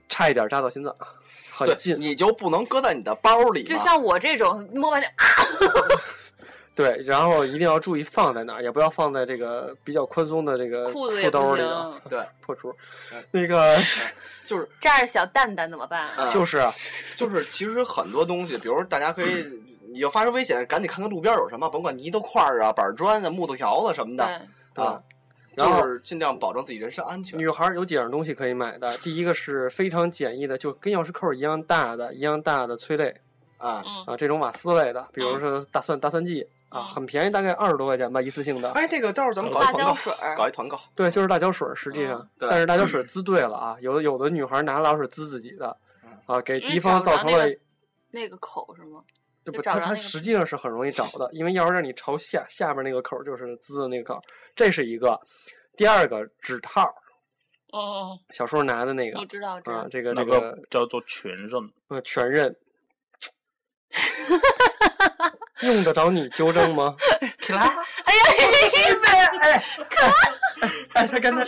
Speaker 3: 差一点扎到心脏，很
Speaker 5: 对
Speaker 3: 近。
Speaker 5: 你就不能搁在你的包里
Speaker 2: 就
Speaker 5: 吗
Speaker 2: 像我这种摸半天，啊
Speaker 3: 对，然后一定要注意放在哪儿，也不要放在这个比较宽松的这个
Speaker 2: 裤
Speaker 3: 裤
Speaker 2: 子也
Speaker 3: 兜
Speaker 2: 不
Speaker 3: 里头。
Speaker 2: 行，
Speaker 5: 对，
Speaker 3: 破除
Speaker 5: 哎，
Speaker 3: 那个
Speaker 5: 就是
Speaker 2: 扎着小蛋蛋怎么办？
Speaker 5: 呃
Speaker 3: 就是啊
Speaker 5: 就是其实很多东西，比如大家可以
Speaker 3: 嗯
Speaker 5: 有发生危险，赶紧看看路边有什么，甭管泥头块儿啊、板砖啊、木头条子什么的
Speaker 2: 对，
Speaker 5: 啊，
Speaker 3: 然后
Speaker 5: 就是尽量保证自己人身安全。
Speaker 3: 女孩儿有几样东西可以买的，第一个是非常简易的，就跟钥匙扣儿一样大的、一样大的催泪
Speaker 5: 啊，
Speaker 2: 嗯，
Speaker 3: 啊，这种瓦斯类的，比如说大蒜、大蒜剂啊，
Speaker 2: 嗯
Speaker 3: 很便宜，大概二十多块钱吧，一次性的。
Speaker 5: 哎，那个待会儿咱们搞一
Speaker 2: 辣
Speaker 5: 团
Speaker 2: 椒
Speaker 5: 购，
Speaker 2: 水儿，
Speaker 5: 搞一团 购。
Speaker 3: 对，就是辣椒水儿，实际上
Speaker 2: 嗯，
Speaker 5: 对
Speaker 3: 但是辣椒水儿滋对了啊，有的有的女孩儿拿辣椒水儿滋自己的
Speaker 5: 嗯，
Speaker 3: 啊，给
Speaker 2: 因为
Speaker 3: 敌方
Speaker 2: 找不
Speaker 3: 造
Speaker 2: 着
Speaker 3: 成
Speaker 2: 那
Speaker 3: 了
Speaker 2: 个，那个口是吗？
Speaker 3: 这
Speaker 2: 就
Speaker 3: 不，
Speaker 2: 找
Speaker 3: 它
Speaker 2: 着
Speaker 3: 它
Speaker 2: 那个
Speaker 3: 实际上是很容易找的，因为要是让你朝下，下边那个口儿就是滋的那个口儿，这是一个。第二个指套儿，
Speaker 2: 嗯嗯，
Speaker 3: 小时候拿的那个
Speaker 2: 我知道，我知
Speaker 3: 啊
Speaker 2: 道，，
Speaker 3: 这个
Speaker 4: 那
Speaker 3: 这个
Speaker 4: 叫做全刃，
Speaker 3: 呃全刃，用得着你纠正吗？
Speaker 5: 克拉，
Speaker 2: 哎呀，
Speaker 3: 哎，他刚才，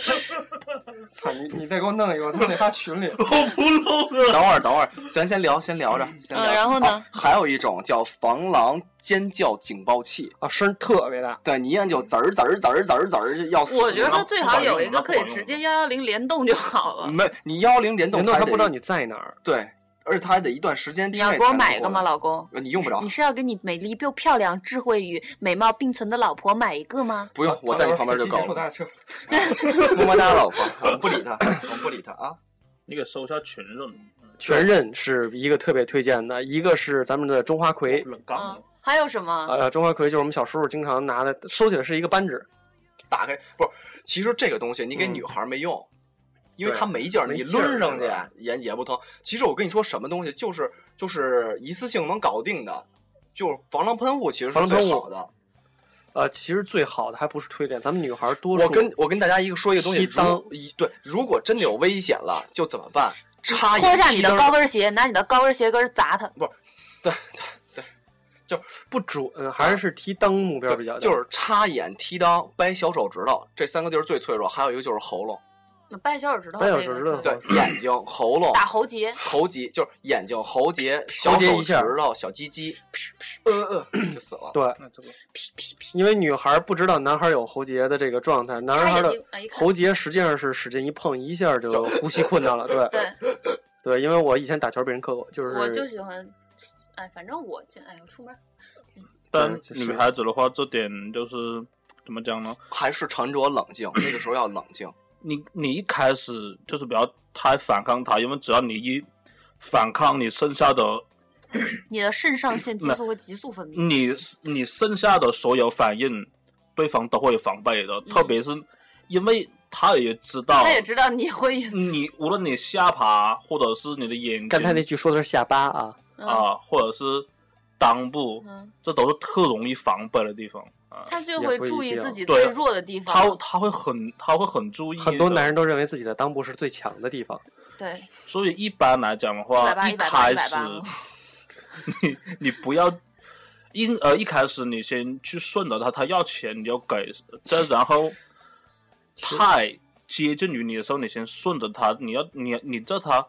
Speaker 3: 操你！你再给我弄一个，我他妈得发群里。
Speaker 4: 我不弄了。
Speaker 5: 等会儿等会儿，咱先聊，先聊着，先聊。
Speaker 2: 嗯然后呢
Speaker 5: 哦还有一种叫防狼尖叫警报器，
Speaker 3: 啊，声儿特别大，
Speaker 5: 对你一按就滋儿滋儿滋儿滋儿滋儿要死。
Speaker 2: 我觉得
Speaker 5: 然
Speaker 2: 它
Speaker 5: 后
Speaker 2: 最好有一个可以直接幺幺零联动就好
Speaker 3: 嗯
Speaker 2: 了。
Speaker 5: 没你幺幺零联
Speaker 3: 联
Speaker 5: 动，
Speaker 3: 动他
Speaker 5: 它
Speaker 3: 不知道你在哪儿。
Speaker 5: 对，而且它还得一段时间之
Speaker 2: 你
Speaker 5: 内才能
Speaker 2: 要给
Speaker 5: 过
Speaker 2: 我
Speaker 5: 来。
Speaker 2: 买一个吗，老公？
Speaker 5: 呃？你用不着
Speaker 2: 你，是要给你美丽又漂亮、智慧与美貌并存的老婆买一个吗？
Speaker 5: 不用，我在你旁边就够
Speaker 3: 说
Speaker 5: 了。
Speaker 3: 他车，
Speaker 5: 么么哒，老 婆，我们不理他，我们不理他啊。
Speaker 4: 你给搜一下全刃，
Speaker 3: 全刃是一个特别推荐的，一个是咱们的中华葵，
Speaker 4: 冷杠
Speaker 2: 嗯
Speaker 4: 了。，
Speaker 2: 还有什么？
Speaker 3: 呃，中华葵就是我们小叔叔经常拿的，收起来是一个扳指，
Speaker 5: 打开不是，其实这个东西你给女孩没用，因为
Speaker 3: 嗯对
Speaker 5: 她没劲儿，
Speaker 3: 没
Speaker 5: 你
Speaker 3: 劲儿
Speaker 5: 抡上去
Speaker 3: 对吧
Speaker 5: 也也不疼。其实我跟你说，什么东西就是就是一次性能搞定的，就是防狼喷雾，其实
Speaker 3: 防
Speaker 5: 是
Speaker 3: 狼喷雾
Speaker 5: 最好的。
Speaker 3: 呃，其实最好的还不是推荐，咱们女孩多数
Speaker 5: 我跟我跟大家一个说一个东西，
Speaker 3: 踢裆
Speaker 5: 如一对，如果真的有危险了，就怎么办？插一
Speaker 2: 脱下你
Speaker 5: 踢
Speaker 2: 的
Speaker 5: 裆
Speaker 2: 高跟鞋，拿你的高跟鞋跟儿砸他。
Speaker 5: 对
Speaker 3: 不准，呃还是踢裆目标比
Speaker 5: 对，
Speaker 3: 较大，
Speaker 5: 就是插眼、踢裆、掰小手指头，这三个地儿最脆弱。还有一个就是喉咙，
Speaker 2: 掰小手指头
Speaker 3: 掰
Speaker 2: 这
Speaker 3: 小
Speaker 2: 个
Speaker 3: 手指
Speaker 2: 就是，
Speaker 3: 头
Speaker 5: 对，眼睛、喉咙、
Speaker 2: 打喉结。
Speaker 5: 喉结，就是眼睛、喉结、小
Speaker 3: 结
Speaker 5: 手
Speaker 3: 一
Speaker 5: 指
Speaker 3: 下
Speaker 5: 头、小鸡鸡，呃呃，就死了。
Speaker 3: 对，
Speaker 4: 那这个
Speaker 3: 因为女孩不知道男孩有喉结的这个状态，男
Speaker 2: 插
Speaker 3: 孩
Speaker 2: 眼
Speaker 3: 的
Speaker 2: 睛，哎，一看
Speaker 3: 喉结实际上是使劲一碰，一下就呼吸困难了，对。
Speaker 2: 对，
Speaker 3: 对，因为我以前打球被人克过，就是
Speaker 2: 我就喜欢。哎，反正我进，哎，我出门
Speaker 4: 但
Speaker 3: 就是
Speaker 4: 女孩子的话，这点就是怎么讲呢？
Speaker 5: 还是沉着冷静，那个时候要冷 静。
Speaker 4: 你你一开始就是不要太反抗他，因为只要你一反抗，你剩下的
Speaker 2: 你的肾上腺激
Speaker 4: 没
Speaker 2: 素会急速分泌。
Speaker 4: 你你剩下的所有反应，对方都会有防备的，特别是因为他也知
Speaker 2: 嗯
Speaker 4: 道
Speaker 3: 哦
Speaker 2: 他也知道你会有，
Speaker 4: 你无论你下巴或者是你的眼睛，
Speaker 3: 刚才那句说的是下巴啊，
Speaker 2: 嗯
Speaker 4: 啊，或者是裆部，
Speaker 2: 嗯，
Speaker 4: 这都是特容易防备的地方啊。
Speaker 2: 他就
Speaker 3: 也
Speaker 2: 会
Speaker 3: 不一
Speaker 2: 注意
Speaker 3: 定啊
Speaker 2: 自己
Speaker 4: 对
Speaker 2: 最弱的地方。
Speaker 4: 他他会很他会很注意的，
Speaker 3: 很多男人都认为自己的裆部是最强的地方。
Speaker 2: 对，
Speaker 4: 所以一般来讲的话，
Speaker 2: 180
Speaker 4: 开始
Speaker 2: 180
Speaker 4: 你你不要因呃一开始你先去顺着他，他要钱你就给，再然后太接近于你的时候，你先顺着他，你要你你叫他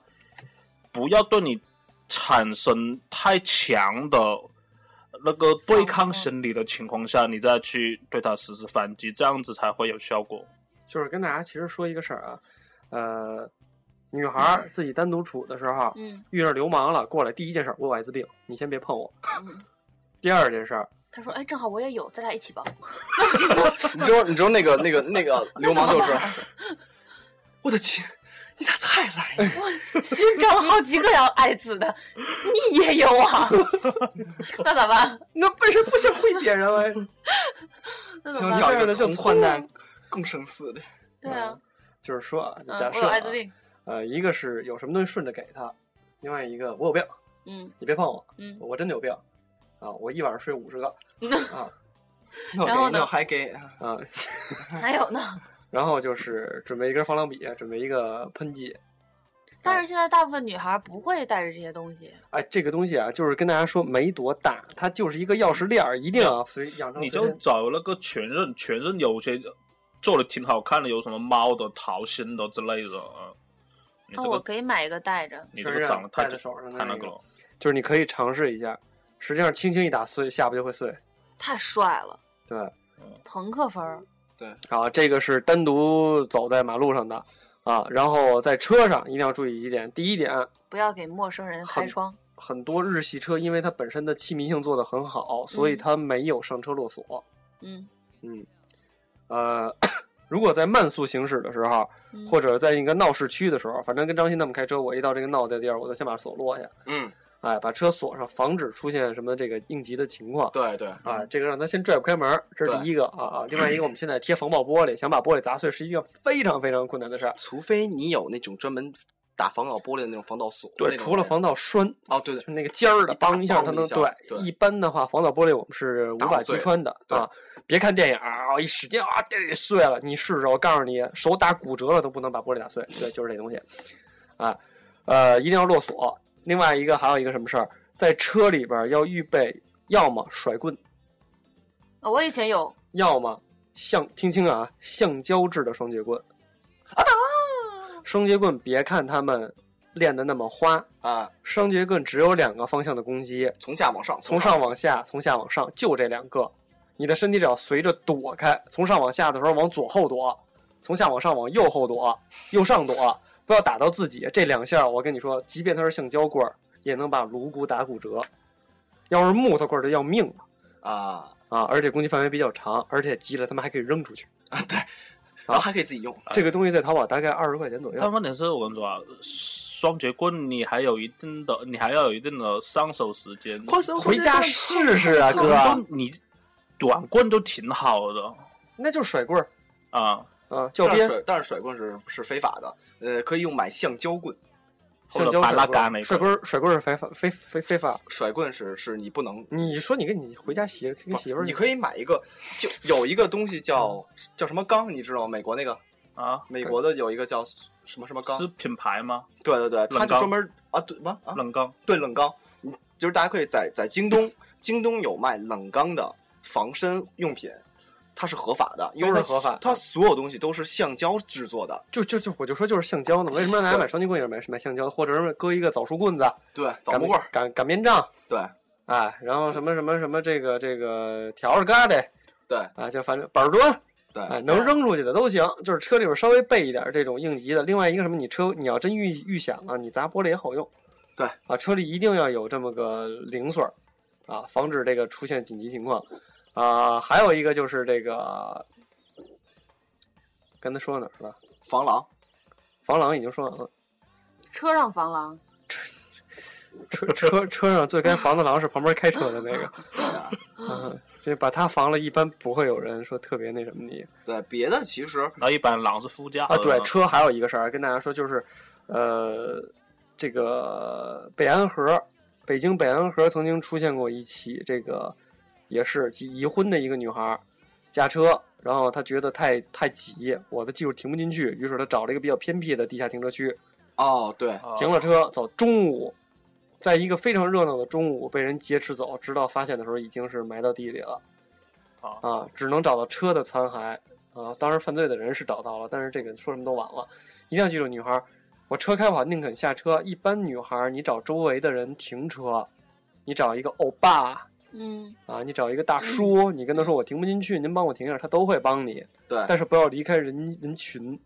Speaker 4: 不要对你产生太强的。那个对抗心理的情况下，你再去对他实施反击，这样子才会有效果。
Speaker 3: 就是跟大家其实说一个事儿啊，呃，女孩儿自己单独处的时候，啊
Speaker 2: 嗯
Speaker 3: 遇上流氓了，过来第一件事儿，我有艾滋病，你先别碰我。
Speaker 2: 嗯。
Speaker 3: 第二件事儿，
Speaker 2: 他说：“哎，正好我也有，咱俩一起吧。
Speaker 5: 你知道，你知道那个那个那个流氓就是， 我的亲，你咋才
Speaker 2: 哎
Speaker 5: 来呀？”
Speaker 2: 寻找了好几个要艾滋的，你也有啊？ 那咋办？
Speaker 3: 那本身不想会别人啊了，
Speaker 2: 那怎
Speaker 5: 请
Speaker 2: 么办？
Speaker 5: 找一个同患难共生死的。
Speaker 2: 对啊，
Speaker 3: 就是说啊，就
Speaker 2: 嗯
Speaker 3: 假
Speaker 2: 我
Speaker 3: 设、
Speaker 2: 有
Speaker 3: 啊
Speaker 2: 艾滋病，
Speaker 3: 呃，一个是有什么东西顺着给他，另外一个我有病，
Speaker 2: 嗯
Speaker 3: 你别碰我，
Speaker 2: 嗯，
Speaker 3: 我真的有病啊，我一晚上睡五十个 啊
Speaker 5: 那
Speaker 2: 然后
Speaker 5: 我
Speaker 2: 呢
Speaker 5: 给，那还给，嗯
Speaker 3: 啊，
Speaker 2: 还有
Speaker 3: 嗯
Speaker 2: 呢。
Speaker 3: 然后就是准备一根防狼笔，准备一个喷剂。
Speaker 2: 但是现在大部分女孩不会带着这些东西，
Speaker 3: 哎，这个东西啊，就是跟大家说没多大，它就是一个钥匙链儿，一定要随养成
Speaker 4: 你
Speaker 3: 随
Speaker 4: 就
Speaker 3: 身。
Speaker 4: 找那个全刃，全刃有些做的挺好看的，有什么猫的、桃心的之类的啊。你
Speaker 2: 那
Speaker 4: 这
Speaker 2: 我
Speaker 4: 个
Speaker 2: 可以买一个带着。
Speaker 4: 你这
Speaker 3: 全
Speaker 4: 个
Speaker 3: 刃
Speaker 4: 长得太
Speaker 3: 戴在手上的
Speaker 4: 太
Speaker 3: 那
Speaker 4: 那个
Speaker 3: 个
Speaker 4: 了，
Speaker 3: 就是你可以尝试一下，实际上轻轻一打碎，下巴就会碎。
Speaker 2: 太帅了，
Speaker 3: 对，
Speaker 2: 朋克风儿。
Speaker 3: 啊，这个是单独走在马路上的啊，然后在车上一定要注意几点。第一点，
Speaker 2: 不要给陌生人开
Speaker 3: 很
Speaker 2: 窗。
Speaker 3: 很多日系车因为它本身的气密性做得很好，所以
Speaker 2: 嗯
Speaker 3: 它没有上车落锁。
Speaker 2: 嗯
Speaker 3: 嗯，呃， 如果在慢速行驶的时候，
Speaker 2: 嗯
Speaker 3: 或者在一个闹市区的时候，反正跟张鑫他们开车，我一到这个闹的地儿，我就先把锁落下，
Speaker 5: 嗯，
Speaker 3: 哎，把车锁上，防止出现什么这个应急的情况。
Speaker 5: 对对，
Speaker 3: 啊，这个让他先拽不开门儿，这是第一个啊啊！另外一个，我们现在贴防爆玻璃，想把玻璃砸碎是一个非常非常困难的事儿。啊
Speaker 5: 除非你有那种专门打防盗玻璃的那种防盗锁。
Speaker 3: 对，
Speaker 5: 那种
Speaker 3: 除了
Speaker 5: 的
Speaker 3: 防盗栓，
Speaker 5: 哦，对对
Speaker 3: 就，是那个尖儿的，
Speaker 5: 一打
Speaker 3: 当一下
Speaker 5: 爆
Speaker 3: 它
Speaker 5: 一
Speaker 3: 能
Speaker 5: 下对
Speaker 3: 一般的话，防盗玻璃我们是无
Speaker 5: 打
Speaker 3: 法
Speaker 5: 不
Speaker 3: 击
Speaker 5: 碎
Speaker 3: 穿的
Speaker 5: 对
Speaker 3: 啊。别看电影儿啊，一使劲啊，这碎了。你试试，我告诉你，手打骨折了都不能把玻璃打碎。对，就是这东西啊。呃，一定要落锁。另外一个还有一个什么事儿，在车里边儿要预备，要么甩棍，
Speaker 2: 哦我以前有，
Speaker 3: 要么橡，听清啊，橡胶制的双节棍。啊！双节棍，别看他们练的那么花，
Speaker 5: 啊，
Speaker 3: 双节棍只有两个方向的攻击，
Speaker 5: 从下往上，
Speaker 3: 从上往下，从下往上，就这两个。你的身体只要随着躲开，从上往下的时候往左后躲，从下往上往右后躲，右上躲，不要打到自己。这两下，我跟你说，即便它是橡胶棍儿，也能把颅骨打骨折。要是木头棍儿就要命了
Speaker 5: 啊
Speaker 3: 啊！而且攻击范围比较长，而且急了他们还可以扔出去。
Speaker 5: 啊，对，然后还可以自己用，
Speaker 4: 哎
Speaker 3: 这个东西在淘宝大概二十块钱左
Speaker 4: 但
Speaker 3: 右。
Speaker 4: 问题是我跟你说啊，双节棍你还有一定的，你还要有一定的上手时间。
Speaker 5: 快手
Speaker 3: 回家试试啊，
Speaker 4: 我跟你
Speaker 3: 哥，
Speaker 4: 说你短棍都挺好的
Speaker 3: 那就是甩棍儿
Speaker 4: 啊，
Speaker 3: 啊，教
Speaker 5: 但是
Speaker 3: 鞭、
Speaker 5: 甩但是甩棍是是非法的，呃，可以用买橡胶棍，
Speaker 4: 或
Speaker 3: 橡
Speaker 4: 者
Speaker 3: 胶
Speaker 4: 白
Speaker 3: 甩
Speaker 4: 拉
Speaker 3: 棍
Speaker 4: 杆那
Speaker 3: 儿，甩
Speaker 4: 个。
Speaker 3: 棍儿，甩棍儿是非法非非非法
Speaker 5: 甩棍是是你不能。
Speaker 3: 你说你跟你回家媳跟媳妇儿
Speaker 5: 你可以买一个，就有一个东西叫叫什么钢，你知道吗？美国那个，
Speaker 4: 啊，
Speaker 5: 美国的有一个叫什么什么钢
Speaker 4: 是，品牌吗？
Speaker 5: 对对对，它就
Speaker 4: 冷钢
Speaker 5: 专门啊对什么啊
Speaker 4: 冷钢
Speaker 5: 对冷钢，你就是大家可以在在京东，京东有卖冷钢的防身用品，它是合法的，因为
Speaker 3: 都是
Speaker 5: 它
Speaker 3: 合法
Speaker 5: 它所有东西都是橡胶制作的，
Speaker 3: 就就就我就说就是橡胶呢，为什么让大家买双截棍也是买买橡胶，或者是搁一个枣树棍子、
Speaker 5: 对，枣
Speaker 3: 擀
Speaker 5: 木
Speaker 3: 面
Speaker 5: 棍儿，
Speaker 3: 擀擀面杖，
Speaker 5: 对
Speaker 3: 啊，然后什么什么什么这个这个笤帚疙瘩
Speaker 5: 对
Speaker 3: 啊，就反正板砖，
Speaker 5: 对
Speaker 3: 啊，能扔出去的都行，就是车里边稍微备一点这种应急的。另外一个什么，你车你要真遇遇险了，你砸玻璃也好用，
Speaker 5: 对
Speaker 3: 啊，车里一定要有这么个零碎儿，啊，防止这个出现紧急情况，啊，还有一个就是这个，刚才说到哪儿了？
Speaker 5: 防狼，
Speaker 3: 防狼已经说完了。
Speaker 2: 车上防狼，
Speaker 3: 车车车上最该防的狼是旁边开车的那个，
Speaker 5: 对啊
Speaker 3: 嗯，这把他防了，一般不会有人说特别那什么你
Speaker 5: 对，别的其实
Speaker 4: 然后一般狼是嗯附加
Speaker 3: 啊。
Speaker 4: 的
Speaker 3: 对，
Speaker 4: 嘛
Speaker 3: 车还有一个事儿跟大家说，就是呃，这个北安河，北京北安河曾经出现过一起这个也是已已婚的一个女孩儿驾车，然后她觉得太太挤，我的技术停不进去，于是她找了一个比较偏僻的地下停车区，
Speaker 5: 哦对，
Speaker 4: 啊
Speaker 3: 停了车，走。中午，在一个非常热闹的中午被人劫持走，直到发现的时候已经是埋到地里了。
Speaker 4: 啊
Speaker 3: 啊，只能找到车的残骸啊。当然，犯罪的人是找到了，但是这个说什么都晚了。一定要记住，女孩儿，我车开不好，宁肯下车。一般女孩儿，你找周围的人停车，你找一个欧巴
Speaker 2: 嗯，
Speaker 3: 啊，你找一个大叔，
Speaker 4: 嗯
Speaker 3: 你跟他说我停不进去，您帮我停一下，他都会帮你。
Speaker 5: 对
Speaker 3: 但是不要离开人人群。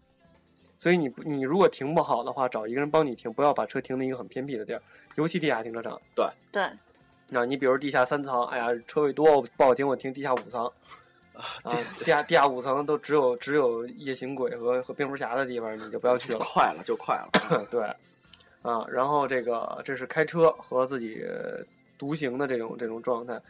Speaker 3: 所以你不你如果停不好的话，找一个人帮你停，不要把车停在一个很偏僻的地儿，尤其地下停车场。
Speaker 2: 对，
Speaker 3: 啊，你比如地下三层，哎呀，车位多，我不好停，我停地下五层。啊，地下地下五层都只有只有夜行鬼和和蝙蝠侠的地方，你就不
Speaker 5: 嗯
Speaker 3: 要去了。
Speaker 5: 快了就快 了，嗯
Speaker 3: 对，啊，然后这个这是开车和自己独行的这种这种状态，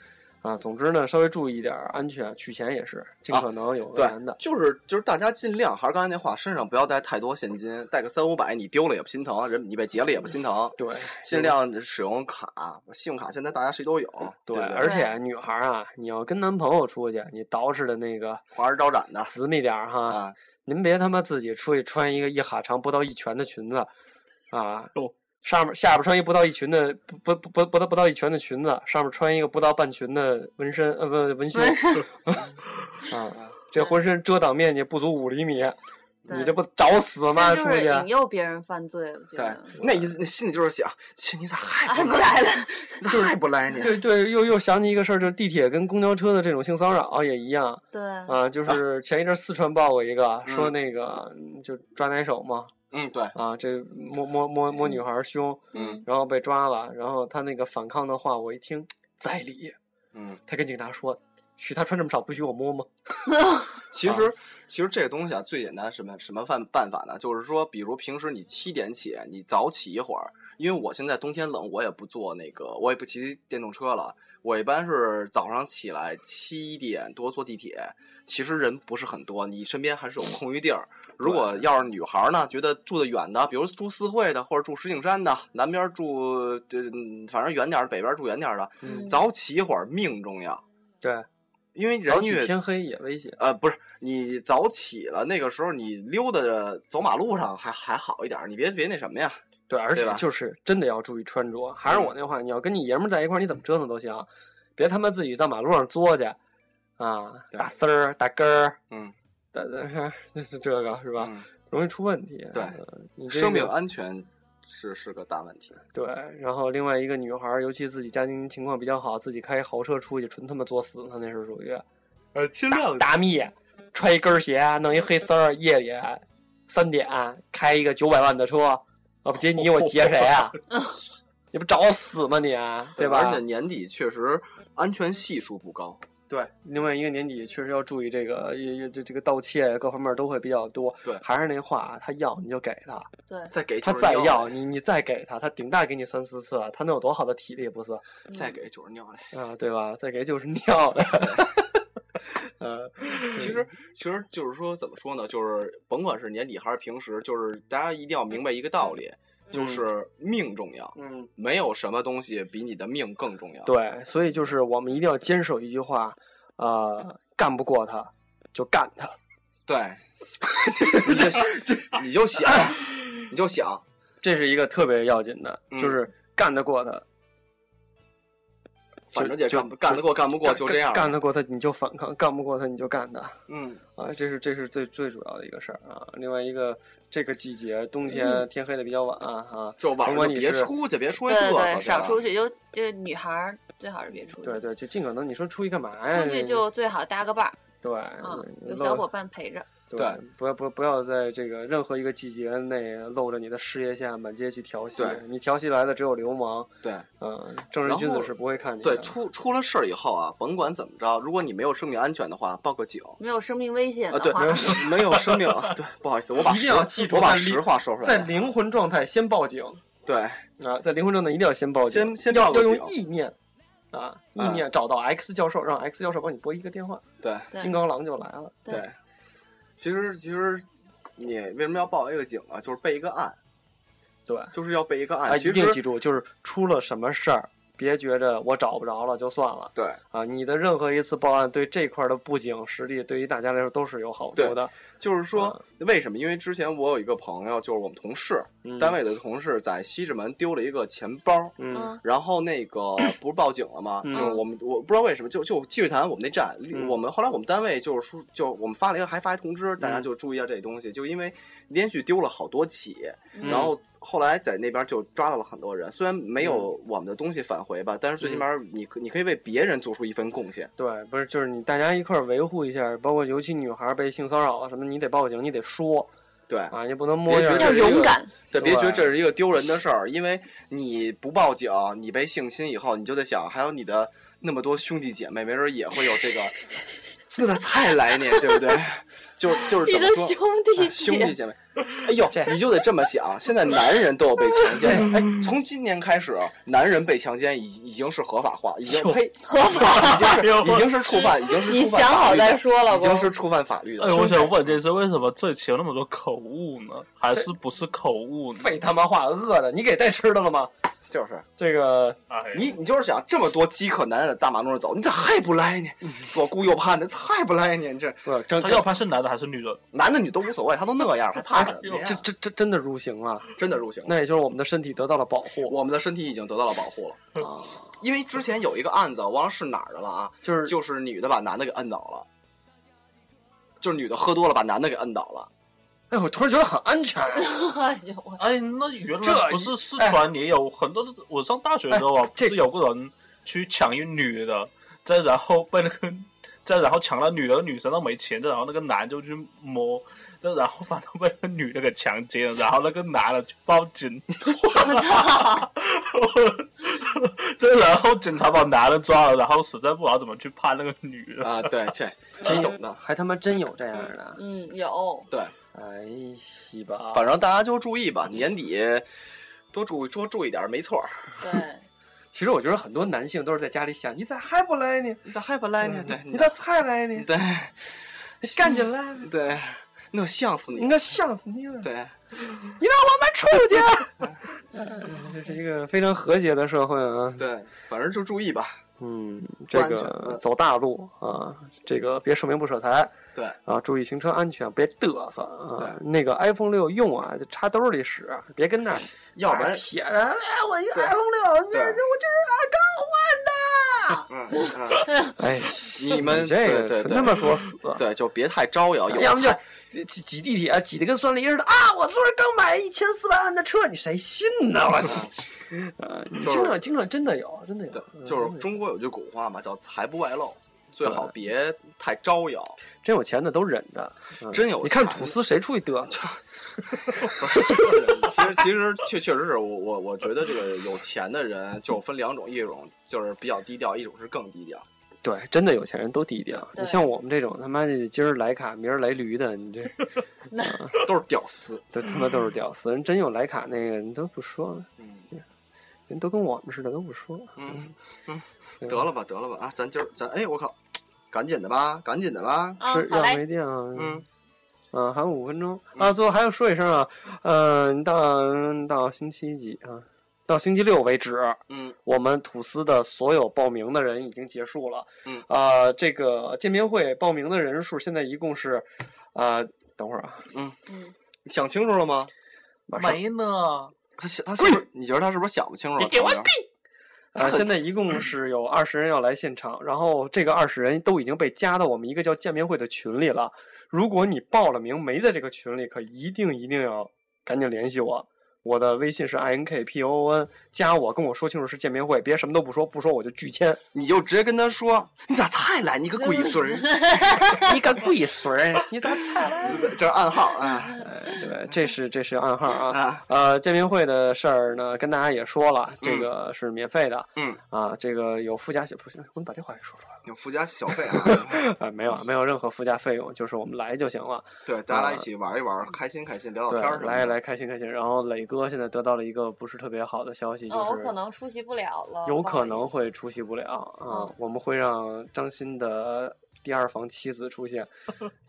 Speaker 3: 啊，总之呢，稍微注意一点儿安全，取钱也是尽
Speaker 5: 啊
Speaker 3: 可能有
Speaker 5: 对
Speaker 3: 钱的。
Speaker 5: 就是就是大家尽量还是刚才那话，身上不要带太多现金，带个三五百，你丢了也不心疼，人你被劫了也不心疼，
Speaker 3: 对，
Speaker 5: 尽量使用卡，信用卡现在大家谁都有，对
Speaker 3: 对，
Speaker 5: 不对，
Speaker 3: 而且女孩儿啊，你要跟男朋友出去，你捯饬的那个
Speaker 5: 华而招展的
Speaker 3: 私密点儿哈，
Speaker 5: 啊，
Speaker 3: 您别他妈自己出去穿一个一哈长不到一拳的裙子，啊，
Speaker 4: 哦
Speaker 3: 上面下边穿一不到一裙的不不不不不到不到一拳的裙子，上面穿一个不到半裙的纹身呃不纹胸，
Speaker 5: 嗯
Speaker 3: 啊，这浑身遮挡面积不足五厘米，你这
Speaker 2: 对
Speaker 3: 不找死吗？
Speaker 2: 这就
Speaker 3: 出
Speaker 2: 是
Speaker 3: 去啊
Speaker 2: 引诱别人犯罪，我觉
Speaker 5: 对
Speaker 2: 得。，
Speaker 5: 那意思那心里就是想，切你咋还
Speaker 2: 啊，
Speaker 5: 不
Speaker 2: 不来了，
Speaker 5: 你咋还不来你？
Speaker 3: 对对，又又想起一个事儿，就是地铁跟公交车的这种性骚扰也一样，
Speaker 2: 对，
Speaker 3: 啊，就是前一阵儿四川报过一个，啊说
Speaker 5: 嗯
Speaker 3: 那个嗯就抓奶手嘛，
Speaker 5: 嗯，对，
Speaker 3: 啊，这摸摸摸摸女孩儿胸，
Speaker 5: 嗯
Speaker 3: 然后被抓了，然后他那个反抗的话，我一听在理，
Speaker 5: 嗯，
Speaker 3: 他跟警察说，许他穿这么少，不许我摸吗？啊
Speaker 5: 其实其实这个东西啊，最简单什么什么办办法呢？就是说，比如平时你七点起，你早起一会儿，因为我现在冬天冷，我也不坐那个，我也不骑电动车了。我一般是早上起来七点多坐地铁，其实人不是很多，你身边还是有空余地 儿。如果要是女孩儿呢，觉得住的远的，比如住四惠的或者住石景山的，南边住，对，嗯反正远点儿，北边住远点儿的，
Speaker 2: 嗯
Speaker 5: 早起一会儿命重要，
Speaker 3: 对，
Speaker 5: 因为人
Speaker 3: 早起
Speaker 5: 越
Speaker 3: 天黑也危险。
Speaker 5: 呃，不是，你早起了，那个时候你溜达着走马路上还还好一点儿，你别别那什么呀。
Speaker 3: 对，而
Speaker 5: 对
Speaker 3: 且
Speaker 5: 吧嗯
Speaker 3: 就是真的要注意穿着。还是我那话，你要跟你爷们儿在一块儿，你怎么折腾都行，别他妈自己到马路上作去啊，
Speaker 5: 对
Speaker 3: 打丝儿、打根儿，
Speaker 5: 嗯，
Speaker 3: 打 打就是这个是吧？
Speaker 5: 嗯
Speaker 3: 容易出问题。
Speaker 5: 对
Speaker 3: 呃你这
Speaker 5: 生
Speaker 3: 个
Speaker 5: 命安全是是个大问题。
Speaker 3: 对，然后另外一个女孩儿，尤其自己家庭情况比较好，自己开豪车出去，纯他妈作死呢，那是属于
Speaker 5: 呃，尽量
Speaker 3: 大蜜，穿一跟鞋，弄一黑丝儿，夜里三点开一个九百万的车，我不劫你，我劫谁啊？ 你不找死吗你？啊对吧？
Speaker 5: 而且年底确实安全系数不高。
Speaker 3: 对，另外一个年底确实要注意这个，也也这这个盗窃各方面都会比较多。
Speaker 5: 对
Speaker 3: 还是那话啊，他要你就给他，
Speaker 2: 对，
Speaker 5: 再给
Speaker 3: 他
Speaker 5: 就是
Speaker 3: 再
Speaker 5: 尿
Speaker 3: 要
Speaker 5: 了
Speaker 3: 你，你再给他，他顶大给你三四次，他能有多好的体力不是？
Speaker 5: 再给就是尿了。
Speaker 3: 啊，对吧？再给就是尿的。 呃，
Speaker 5: 其实其实就是说怎么说呢，就是甭管是年底还是平时，就是大家一定要明白一个道理，就
Speaker 3: 嗯
Speaker 5: 是命重要，
Speaker 3: 嗯，
Speaker 5: 没有什么东西比你的命更重要。
Speaker 3: 对，所以就是我们一定要坚守一句话，呃，干不过他就干他。
Speaker 5: 对， 你 就你就想，你就想，
Speaker 3: 这是一个特别要紧的，
Speaker 5: 嗯
Speaker 3: 就是干得过他，
Speaker 5: 反正也
Speaker 3: 就
Speaker 5: 干不干得过干不过就这样。
Speaker 3: 干干得过他你就反抗，干不过他你就干他
Speaker 5: 嗯，
Speaker 3: 啊，这是这是最最主要的一个事儿啊。另外一个，这个季节冬天天黑的比较晚啊，
Speaker 5: 嗯就晚
Speaker 3: 甭
Speaker 5: 上
Speaker 3: 管
Speaker 5: 就
Speaker 3: 你
Speaker 5: 别
Speaker 3: 是
Speaker 5: 出去，别出去嘚
Speaker 6: 对
Speaker 5: 瑟
Speaker 6: 对，
Speaker 5: 吧
Speaker 6: 少出去，就就女孩儿最好是别出去，
Speaker 3: 对对，就尽可能你说出去干嘛
Speaker 5: 哎
Speaker 3: 呀？
Speaker 6: 出去就最好搭个伴儿
Speaker 3: 对，
Speaker 5: 嗯
Speaker 6: 啊，有
Speaker 3: 露
Speaker 6: 小伙伴陪着。
Speaker 3: 对
Speaker 5: 对，
Speaker 3: 不要不要不要在这个任何一个季节内露着你的事业线满街去调戏
Speaker 5: 对，
Speaker 3: 你调戏来的只有流氓，
Speaker 5: 对
Speaker 3: 嗯，正人
Speaker 5: 然
Speaker 3: 君子
Speaker 5: 后
Speaker 3: 是不会看你的。
Speaker 5: 对，出出了事儿以后啊，甭管怎么着，如果你没有生命安全的话，报个警。
Speaker 6: 没有生命危险
Speaker 5: 啊，
Speaker 6: 的
Speaker 5: 对，
Speaker 6: 话，
Speaker 5: 没有生 没有生命，对，不好意思，我把
Speaker 3: 一定
Speaker 5: 实
Speaker 3: 要记住
Speaker 5: 我把
Speaker 3: 在
Speaker 5: 实
Speaker 3: 灵
Speaker 5: 话说出来
Speaker 3: 在
Speaker 5: 了。
Speaker 3: 灵魂状态先报警
Speaker 5: 对，
Speaker 3: 啊，在灵魂状态一定要先报警，
Speaker 5: 先先
Speaker 3: 要
Speaker 5: 报个
Speaker 3: 要
Speaker 5: 警
Speaker 3: 用，意念啊，意
Speaker 5: 嗯
Speaker 3: 念找到 X 教授，让 X 教授帮你拨一个电话，
Speaker 5: 对
Speaker 6: 对
Speaker 3: 金刚狼就来了。
Speaker 6: 对
Speaker 5: 对。其实其实你为什么要报这个警啊？就是备一个案，
Speaker 3: 对，
Speaker 5: 就是要备一个
Speaker 3: 啊，
Speaker 5: 案。
Speaker 3: 一
Speaker 5: 哎其
Speaker 3: 定记
Speaker 5: 实
Speaker 3: 住，就是出了什么事儿，别觉着我找不着了就算了。
Speaker 5: 对
Speaker 3: 啊，你的任何一次报案，对这块儿的布景实力，对于大家来说都是有好处
Speaker 5: 对
Speaker 3: 的。
Speaker 5: 就是说为什么？因为之前我有一个朋友，就是我们同事
Speaker 3: 嗯
Speaker 5: 单位的同事，在西直门丢了一个钱包。
Speaker 3: 嗯
Speaker 6: 嗯，
Speaker 5: 然后那 个不是报警了吗？
Speaker 3: 嗯
Speaker 5: 就是我们我不知道为什么，就就积水潭我们那站，
Speaker 3: 嗯
Speaker 5: 我们后来我们单位就是说，就我们发了一个还发一通知，大家就注意一下这
Speaker 3: 嗯
Speaker 5: 东西，就因为连续丢了好多起，
Speaker 6: 嗯
Speaker 5: 然后后来在那边就抓到了很多人，虽然没
Speaker 3: 嗯
Speaker 5: 有我们的东西返回吧，但是最起码你可你可以为别人做出一份贡献。
Speaker 3: 对，不是，就是你大家一块儿维护一下，包括尤其女孩儿被性骚扰了什么，你得报警，你得说
Speaker 5: 对
Speaker 3: 啊，你不能摸
Speaker 5: 别觉得
Speaker 3: 着
Speaker 6: 要
Speaker 5: 这是一个
Speaker 6: 勇敢，
Speaker 5: 对，
Speaker 3: 对
Speaker 5: 别觉得这是一个丢人的事儿，因为你不报警，你被性侵以后，你就得想，还有你的那么多兄弟姐妹，没准也会有 这个，那他太来你，对不对？就就是
Speaker 6: 你
Speaker 5: 怎
Speaker 6: 的
Speaker 5: 么说？
Speaker 6: 兄
Speaker 5: 哎
Speaker 6: 弟
Speaker 5: 兄弟
Speaker 6: 姐
Speaker 5: 姐妹，哎呦
Speaker 3: 这，
Speaker 5: 你就得这么想。现在男人都有被强 奸，哎，从今年开始，男人被强奸已已经是合法化，已经呸，合法已经是已经是触犯，已经是
Speaker 6: 你
Speaker 5: 触犯
Speaker 6: 想好
Speaker 5: 法律
Speaker 6: 再
Speaker 5: 的
Speaker 6: 说老
Speaker 5: 已经
Speaker 6: 公
Speaker 5: 是触犯法律的。
Speaker 4: 哎，我想问这是为什么这期有那么多口误呢？还是不是口误呢？
Speaker 3: 废他妈话，饿的，你给带吃的了吗？
Speaker 5: 就是
Speaker 3: 这个
Speaker 4: 哎呀
Speaker 5: 你，你就是想这么多饥渴难耐的大马路上走，你咋还不来 呢？左顾右盼的，咋还不来呢？你这
Speaker 3: 不是真
Speaker 4: 他要判是男的还是女的？
Speaker 5: 男的女都无所谓，他都那样，还怕什 么呀？
Speaker 3: 这这这真的入刑了，
Speaker 5: 真的入刑了。
Speaker 3: 那也就是我们的身体得到了保护
Speaker 5: 我们的身体已经得到了保护了，
Speaker 3: 啊，
Speaker 5: 因为之前有一个案子，我忘了是哪儿的了啊，
Speaker 3: 就是
Speaker 5: 就是女的把男的给摁倒了，就是女的喝多了把男的给摁倒了。
Speaker 3: 哎，我突然觉得很安全。啊
Speaker 6: 妹， 哎呦 我
Speaker 4: 哎，那原
Speaker 3: 这
Speaker 4: 来不是四川也有很多的。我上大学的时候啊，不
Speaker 3: 这
Speaker 4: 是有个人去抢一女的，再然后被那个，再然后抢了女的，女生都没钱，再然后那个男就去摸，再然后反倒被那女的给强奸了，然后那个男的去报警，
Speaker 6: 操！
Speaker 4: 再然后警察把男的抓了，然后实在不知道怎么去判那个女的。
Speaker 5: 啊，对，这
Speaker 3: 真
Speaker 5: 你懂的。
Speaker 3: 还他妈真有这样的，
Speaker 6: 嗯，有
Speaker 5: 对，
Speaker 3: 哎西吧，
Speaker 5: 反正大家就注意吧，年底多注多注意点儿，没错儿。
Speaker 6: 对，
Speaker 3: 其实我觉得很多男性都是在家里想，你咋还不来呢？
Speaker 5: 你咋还不来呢？嗯对，
Speaker 3: 嗯你咋才来呢？
Speaker 5: 对
Speaker 3: 赶紧来！
Speaker 5: 对，我想死你。
Speaker 3: 你可想死你了！
Speaker 5: 对，
Speaker 3: 你让我们出去！ 这是一个非常和谐的社会啊。
Speaker 5: 对，反正就注意吧。
Speaker 3: 嗯，这
Speaker 5: 不安全
Speaker 3: 个
Speaker 5: 嗯
Speaker 3: 走大路啊，这个别树名不舍财。
Speaker 5: 对
Speaker 3: 啊，注意行车安全，别嘚瑟啊！
Speaker 5: 对
Speaker 3: 那个 iPhone 六用啊，就插兜里使，别跟那儿
Speaker 5: 要不然
Speaker 3: 哎，撇着。哎，我一个
Speaker 5: 对
Speaker 3: iPhone 六，你这
Speaker 5: 对
Speaker 3: 我这是刚
Speaker 5: 嗯嗯，
Speaker 3: 换的。哎，
Speaker 5: 你们
Speaker 3: 这
Speaker 5: 对对
Speaker 3: 个
Speaker 5: 对
Speaker 3: 那么作死，
Speaker 5: 对，就别太招摇。有
Speaker 3: 哎要么就
Speaker 5: 才
Speaker 3: 挤挤地铁，挤得跟酸梨似的啊！我昨儿刚买一千四百万的车，你谁信呢？我去！呃，
Speaker 5: 就是
Speaker 3: 经常经常真的有，真的有
Speaker 5: 对，，
Speaker 3: 嗯
Speaker 5: 就是
Speaker 3: 真的有
Speaker 5: 中国有句古话嘛，叫财不外露，最好别太招摇。
Speaker 3: 真有钱的都忍着，嗯
Speaker 5: 真有
Speaker 3: 你看
Speaker 5: 钱
Speaker 3: 土司谁出去嘚瑟？
Speaker 5: 其实其实确确实是我我我觉得这个有钱的人就分两种，一种就是比较低调，一种是更低调。
Speaker 3: 对，真的有钱人都低调。
Speaker 6: 对
Speaker 3: 你像我们这种他妈的今儿莱卡，明儿来驴的， 你这
Speaker 5: 都是屌丝。
Speaker 3: 都他妈都是屌丝。人真有莱卡那个，人都不说，
Speaker 5: 嗯
Speaker 3: 人都跟我们似的都不说。
Speaker 5: 嗯，
Speaker 3: 对
Speaker 5: 得了吧，得了吧啊！咱今儿咱哎，我靠，赶紧的吧，赶紧的吧。
Speaker 6: 啊
Speaker 3: 是，
Speaker 6: 好
Speaker 3: 要
Speaker 6: 嘞，
Speaker 3: 没电啊。
Speaker 5: 嗯，
Speaker 3: 啊，还有五分钟
Speaker 5: 嗯
Speaker 3: 啊！最后还要说一声啊，嗯、到到星期几啊？到星期六为止，
Speaker 5: 嗯，
Speaker 3: 我们吐司的所有报名的人已经结束了。
Speaker 5: 嗯
Speaker 3: 啊，这个见面会报名的人数现在一共是，啊，等会儿啊，
Speaker 6: 嗯，
Speaker 5: 想清楚了吗？
Speaker 3: 马上
Speaker 4: 没呢，
Speaker 5: 他想他是不
Speaker 3: 哎
Speaker 5: 是？你觉得他是不是想不清楚了？
Speaker 4: 你给我
Speaker 5: 唐明
Speaker 3: 啊，现在一共是有二十人要来现场，然后这个二十人都已经被加到我们一个叫见面会的群里了。如果你报了名没在这个群里，可一定一定要赶紧联系我。我的微信是 i n k p o o n，加我跟我说清楚是见面会，别什么都不说，不说我就拒签。
Speaker 5: 你就直接跟他说，你咋才来？你个龟孙
Speaker 3: 嗯
Speaker 5: 儿！
Speaker 3: 你个龟孙儿，你咋才来？
Speaker 5: 这是暗号啊
Speaker 3: 对，这是这是暗号啊。
Speaker 5: 啊！
Speaker 3: 呃，见面会的事儿呢，跟大家也说了，这
Speaker 5: 嗯
Speaker 3: 个是免费的。
Speaker 5: 嗯
Speaker 3: 啊，这个有附加小，不行，我怎么把这话给说出来了？
Speaker 5: 有附加小费啊！
Speaker 3: 啊，没有啊，没有任何附加费用，就是我们来就行了。
Speaker 5: 对，大家一起玩一玩，开心开心，聊聊
Speaker 3: 啊对
Speaker 5: 天儿，什么
Speaker 3: 来
Speaker 5: 的。
Speaker 3: 来，开心开心。然后磊哥现在得到了一个不是特别好的消息，就
Speaker 6: 哦，我
Speaker 3: 是
Speaker 6: 可能出席不了了，
Speaker 3: 有
Speaker 6: 不好
Speaker 3: 可
Speaker 6: 意
Speaker 3: 能
Speaker 6: 思
Speaker 3: 会出席不了啊
Speaker 6: 嗯。
Speaker 3: 我们会让张欣的第二房妻子出现，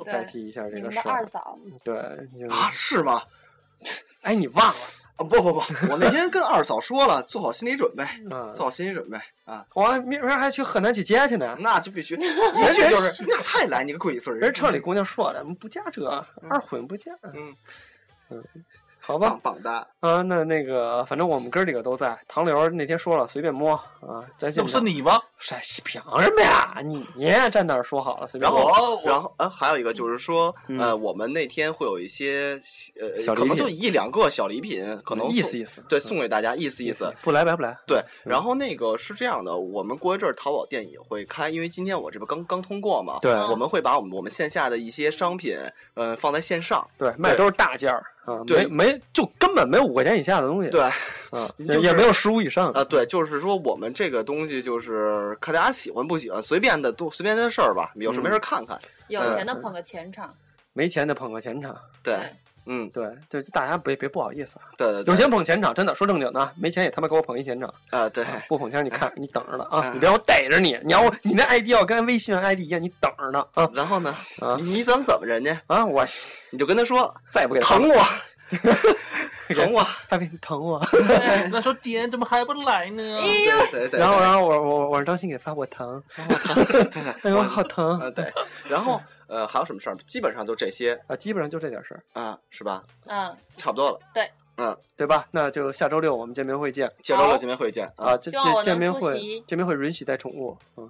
Speaker 3: 代
Speaker 6: 对
Speaker 3: 替一下这
Speaker 6: 你
Speaker 3: 个
Speaker 6: 们
Speaker 3: 事
Speaker 6: 的二
Speaker 3: 儿。
Speaker 6: 嫂，
Speaker 5: 嗯
Speaker 3: 对，就是
Speaker 5: 啊，是吗？
Speaker 3: 哎，你忘
Speaker 5: 啊，不不不，我那天跟二嫂说了，做好心理准备，
Speaker 3: 了？
Speaker 5: 做
Speaker 3: 嗯，
Speaker 5: 好心理准备啊，
Speaker 3: 我还明儿还去河南去接去呢。
Speaker 5: 那就必 须一去就是你咋才来？你个龟孙儿！
Speaker 3: 人城里姑娘说了，不嫁这二婚不嫁。
Speaker 5: 嗯
Speaker 3: 嗯，好吧
Speaker 5: 棒，棒哒，
Speaker 3: 啊，那那个，反正我们哥几个都在。唐刘那天说了，随便摸啊，咱
Speaker 4: 这
Speaker 3: 现
Speaker 4: 不
Speaker 3: 在
Speaker 4: 是你吗？
Speaker 3: 是凭什么呀？你站那儿说好了，随便
Speaker 5: 然
Speaker 3: 摸。
Speaker 5: 后，然后，呃，还有一个就是说，
Speaker 3: 哦嗯
Speaker 5: 呃，我们那天会有一些，呃，
Speaker 3: 小礼
Speaker 5: 可能
Speaker 3: 品
Speaker 5: 就一两个小礼品，可能
Speaker 3: 意
Speaker 5: 送
Speaker 3: 思嗯意思，
Speaker 5: 对，
Speaker 3: 嗯
Speaker 5: 送给大家，意思意思。
Speaker 3: 不来白不来。
Speaker 5: 对，然后那个是这样的，我们过一阵儿淘宝店也会开，因为今天我这不刚刚通过嘛，
Speaker 3: 对
Speaker 5: 我们会把我们我们线下的一些商品，呃，放在线上，
Speaker 3: 对，卖都是大件儿啊，
Speaker 5: 对
Speaker 3: 没没就根本没有五块钱以下的东西，
Speaker 5: 对，
Speaker 3: 啊，
Speaker 5: 就是
Speaker 3: 也没有十五以上的。
Speaker 5: 啊，对，就是说我们这个东西就是看大家喜欢不喜欢，随便的都随便的事儿吧，有事没事儿看看。
Speaker 6: 有
Speaker 5: 嗯
Speaker 6: 钱的捧个钱场，
Speaker 3: 没钱的捧个钱场，
Speaker 5: 对
Speaker 6: 对，
Speaker 5: 嗯，
Speaker 3: 对，就大家别别不好意思啊，
Speaker 5: 对对对，
Speaker 3: 有钱捧钱场，真的说正经的，啊没钱也他妈给我捧一钱场，
Speaker 5: 啊，对
Speaker 3: 啊不捧钱你看你等着呢啊，
Speaker 5: 嗯
Speaker 3: 你别让我逮着你，你要我
Speaker 5: 哎
Speaker 3: 你那 ID 要跟微信 ID 一样，你等着呢啊
Speaker 5: 然后呢，
Speaker 3: 啊
Speaker 5: 你你想怎么人家，
Speaker 3: 啊，我
Speaker 5: 你就跟他说
Speaker 3: 再不给他
Speaker 5: 疼我， 疼我，
Speaker 3: 再不给你疼我，
Speaker 4: 那时候爹怎么还不来呢？
Speaker 5: 对对对，哦
Speaker 3: 然后然后我我我让张鑫给发我疼， 哎呦我好疼
Speaker 5: 啊对，然后呃还有什么事儿？基本上就这些
Speaker 3: 啊，基本上就这点事儿，
Speaker 5: 啊，是吧？
Speaker 6: 嗯，
Speaker 5: 差不多了。
Speaker 6: 对，
Speaker 5: 嗯，
Speaker 3: 对吧？那就下周六我们见面会见
Speaker 5: 下周六见面会见啊
Speaker 3: 啊，这
Speaker 6: 希望
Speaker 3: 这
Speaker 6: 我能
Speaker 3: 见面
Speaker 6: 出
Speaker 3: 会
Speaker 6: 席
Speaker 3: 见面会允许带宠物，嗯，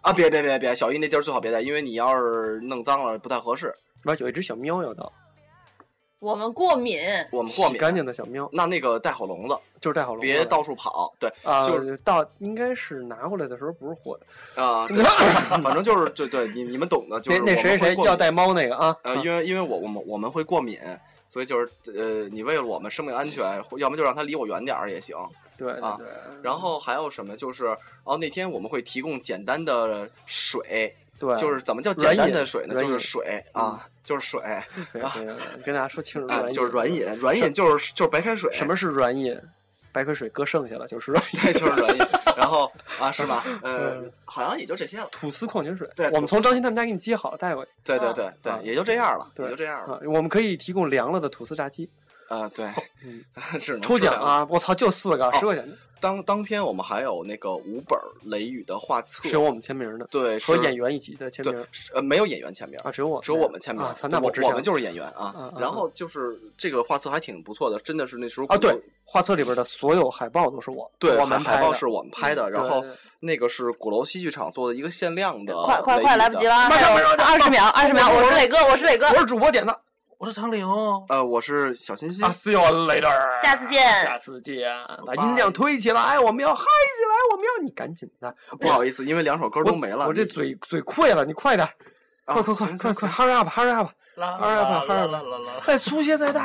Speaker 5: 啊！别别别别，小姨那地儿最好别在，因为你要是弄脏了不太合适，
Speaker 3: 里边有一只小喵要到，
Speaker 6: 我们过敏，
Speaker 5: 我们过
Speaker 3: 洗
Speaker 5: 敏。
Speaker 3: 干净的小喵，
Speaker 5: 那那个带好笼子，
Speaker 3: 就是带好笼子
Speaker 5: 别
Speaker 3: 来
Speaker 5: 到处跑。对，
Speaker 3: 啊，
Speaker 5: 就是
Speaker 3: 到应该是拿过来的时候不是活的，
Speaker 5: 啊， 对反正就是对对，你你们懂的，就
Speaker 3: 那
Speaker 5: 是
Speaker 3: 那
Speaker 5: 我们
Speaker 3: 谁
Speaker 5: 会
Speaker 3: 谁
Speaker 5: 过
Speaker 3: 要
Speaker 5: 敏
Speaker 3: 带猫那个啊，
Speaker 5: 呃，
Speaker 3: 啊
Speaker 5: 因为因为我我们我们会过敏，所以就是呃，你为了我们生命安全，或要么就让他离我远点儿也行。
Speaker 3: 对对
Speaker 5: 啊
Speaker 3: 对，
Speaker 5: 然后还有什么就是哦，那天我们会提供简单的水，
Speaker 3: 对
Speaker 5: 就是怎么叫
Speaker 3: 软
Speaker 5: 简单
Speaker 3: 饮
Speaker 5: 的水呢？
Speaker 3: 软
Speaker 5: 就是
Speaker 3: 饮
Speaker 5: 水啊，就是水啊，
Speaker 3: 对对对跟大家说清楚，
Speaker 5: 就是软
Speaker 3: 饮嗯
Speaker 5: 饮，软饮就是就是白开水。
Speaker 3: 什么是软饮？白开水搁剩下了，就是
Speaker 5: 对，就是轮椅，然后啊，是 吧？呃，
Speaker 3: 嗯
Speaker 5: 好像也就这些了。
Speaker 3: 吐司矿泉水。
Speaker 5: 对
Speaker 3: 我们从张鑫他们家给你接好带回去
Speaker 5: 对对
Speaker 6: 啊
Speaker 5: 对对
Speaker 3: 啊，
Speaker 5: 也就这样了，
Speaker 3: 对
Speaker 5: 也就这样了。
Speaker 3: 啊。我们可以提供凉了的吐司炸鸡。
Speaker 5: 啊，对
Speaker 3: 嗯，
Speaker 5: 只能
Speaker 3: 抽
Speaker 5: 这
Speaker 3: 奖
Speaker 5: 样！
Speaker 3: 啊！我操，就四
Speaker 5: 哦
Speaker 3: 个，十块钱的，
Speaker 5: 当当天我们还有那个五本《雷雨》的画册
Speaker 3: 是，有我们签名的，
Speaker 5: 对，
Speaker 3: 和
Speaker 5: 是
Speaker 3: 演员一起的签名
Speaker 5: 对，是呃，没有演员签名。
Speaker 3: 啊，只有我，
Speaker 5: 只有我们签名
Speaker 3: 啊！操，
Speaker 5: 对
Speaker 3: 那
Speaker 5: 我
Speaker 3: 只
Speaker 5: 我
Speaker 3: 想
Speaker 5: 们就是演员啊
Speaker 3: 嗯。嗯
Speaker 5: 然后就是这个画册还挺不错的，真的是那时候
Speaker 3: 啊，对，画册里边的所有海报都是我，
Speaker 5: 对，
Speaker 3: 我们
Speaker 5: 海海
Speaker 3: 拍
Speaker 5: 报
Speaker 3: 的
Speaker 5: 是我们拍的，
Speaker 3: 嗯
Speaker 5: 然后
Speaker 3: 对对
Speaker 5: 那个是鼓楼戏剧场做的一个限量的，
Speaker 6: 快快快，来不及。了，
Speaker 3: 马上马上
Speaker 6: 二十秒，二十秒，我是磊哥，我是磊哥
Speaker 3: 我，是主播点的
Speaker 4: 我是长岭哦，
Speaker 5: 呃，我是小欣欣
Speaker 3: 啊，，See you later，
Speaker 2: 下次见
Speaker 3: 下次见，把音量推起来，哎我们要嗨起来，我们要你赶紧的，
Speaker 5: 不好意思，因为两首歌都没了。
Speaker 3: 我我这
Speaker 5: 你
Speaker 3: 嘴嘴溃了，你快点，
Speaker 5: 啊
Speaker 3: 快快快
Speaker 5: 行行
Speaker 3: 快
Speaker 5: 行
Speaker 3: 快，hurry up，hurry up，
Speaker 4: 啦
Speaker 3: 二百块二百
Speaker 4: 啦啦啦。
Speaker 3: 再粗些再大。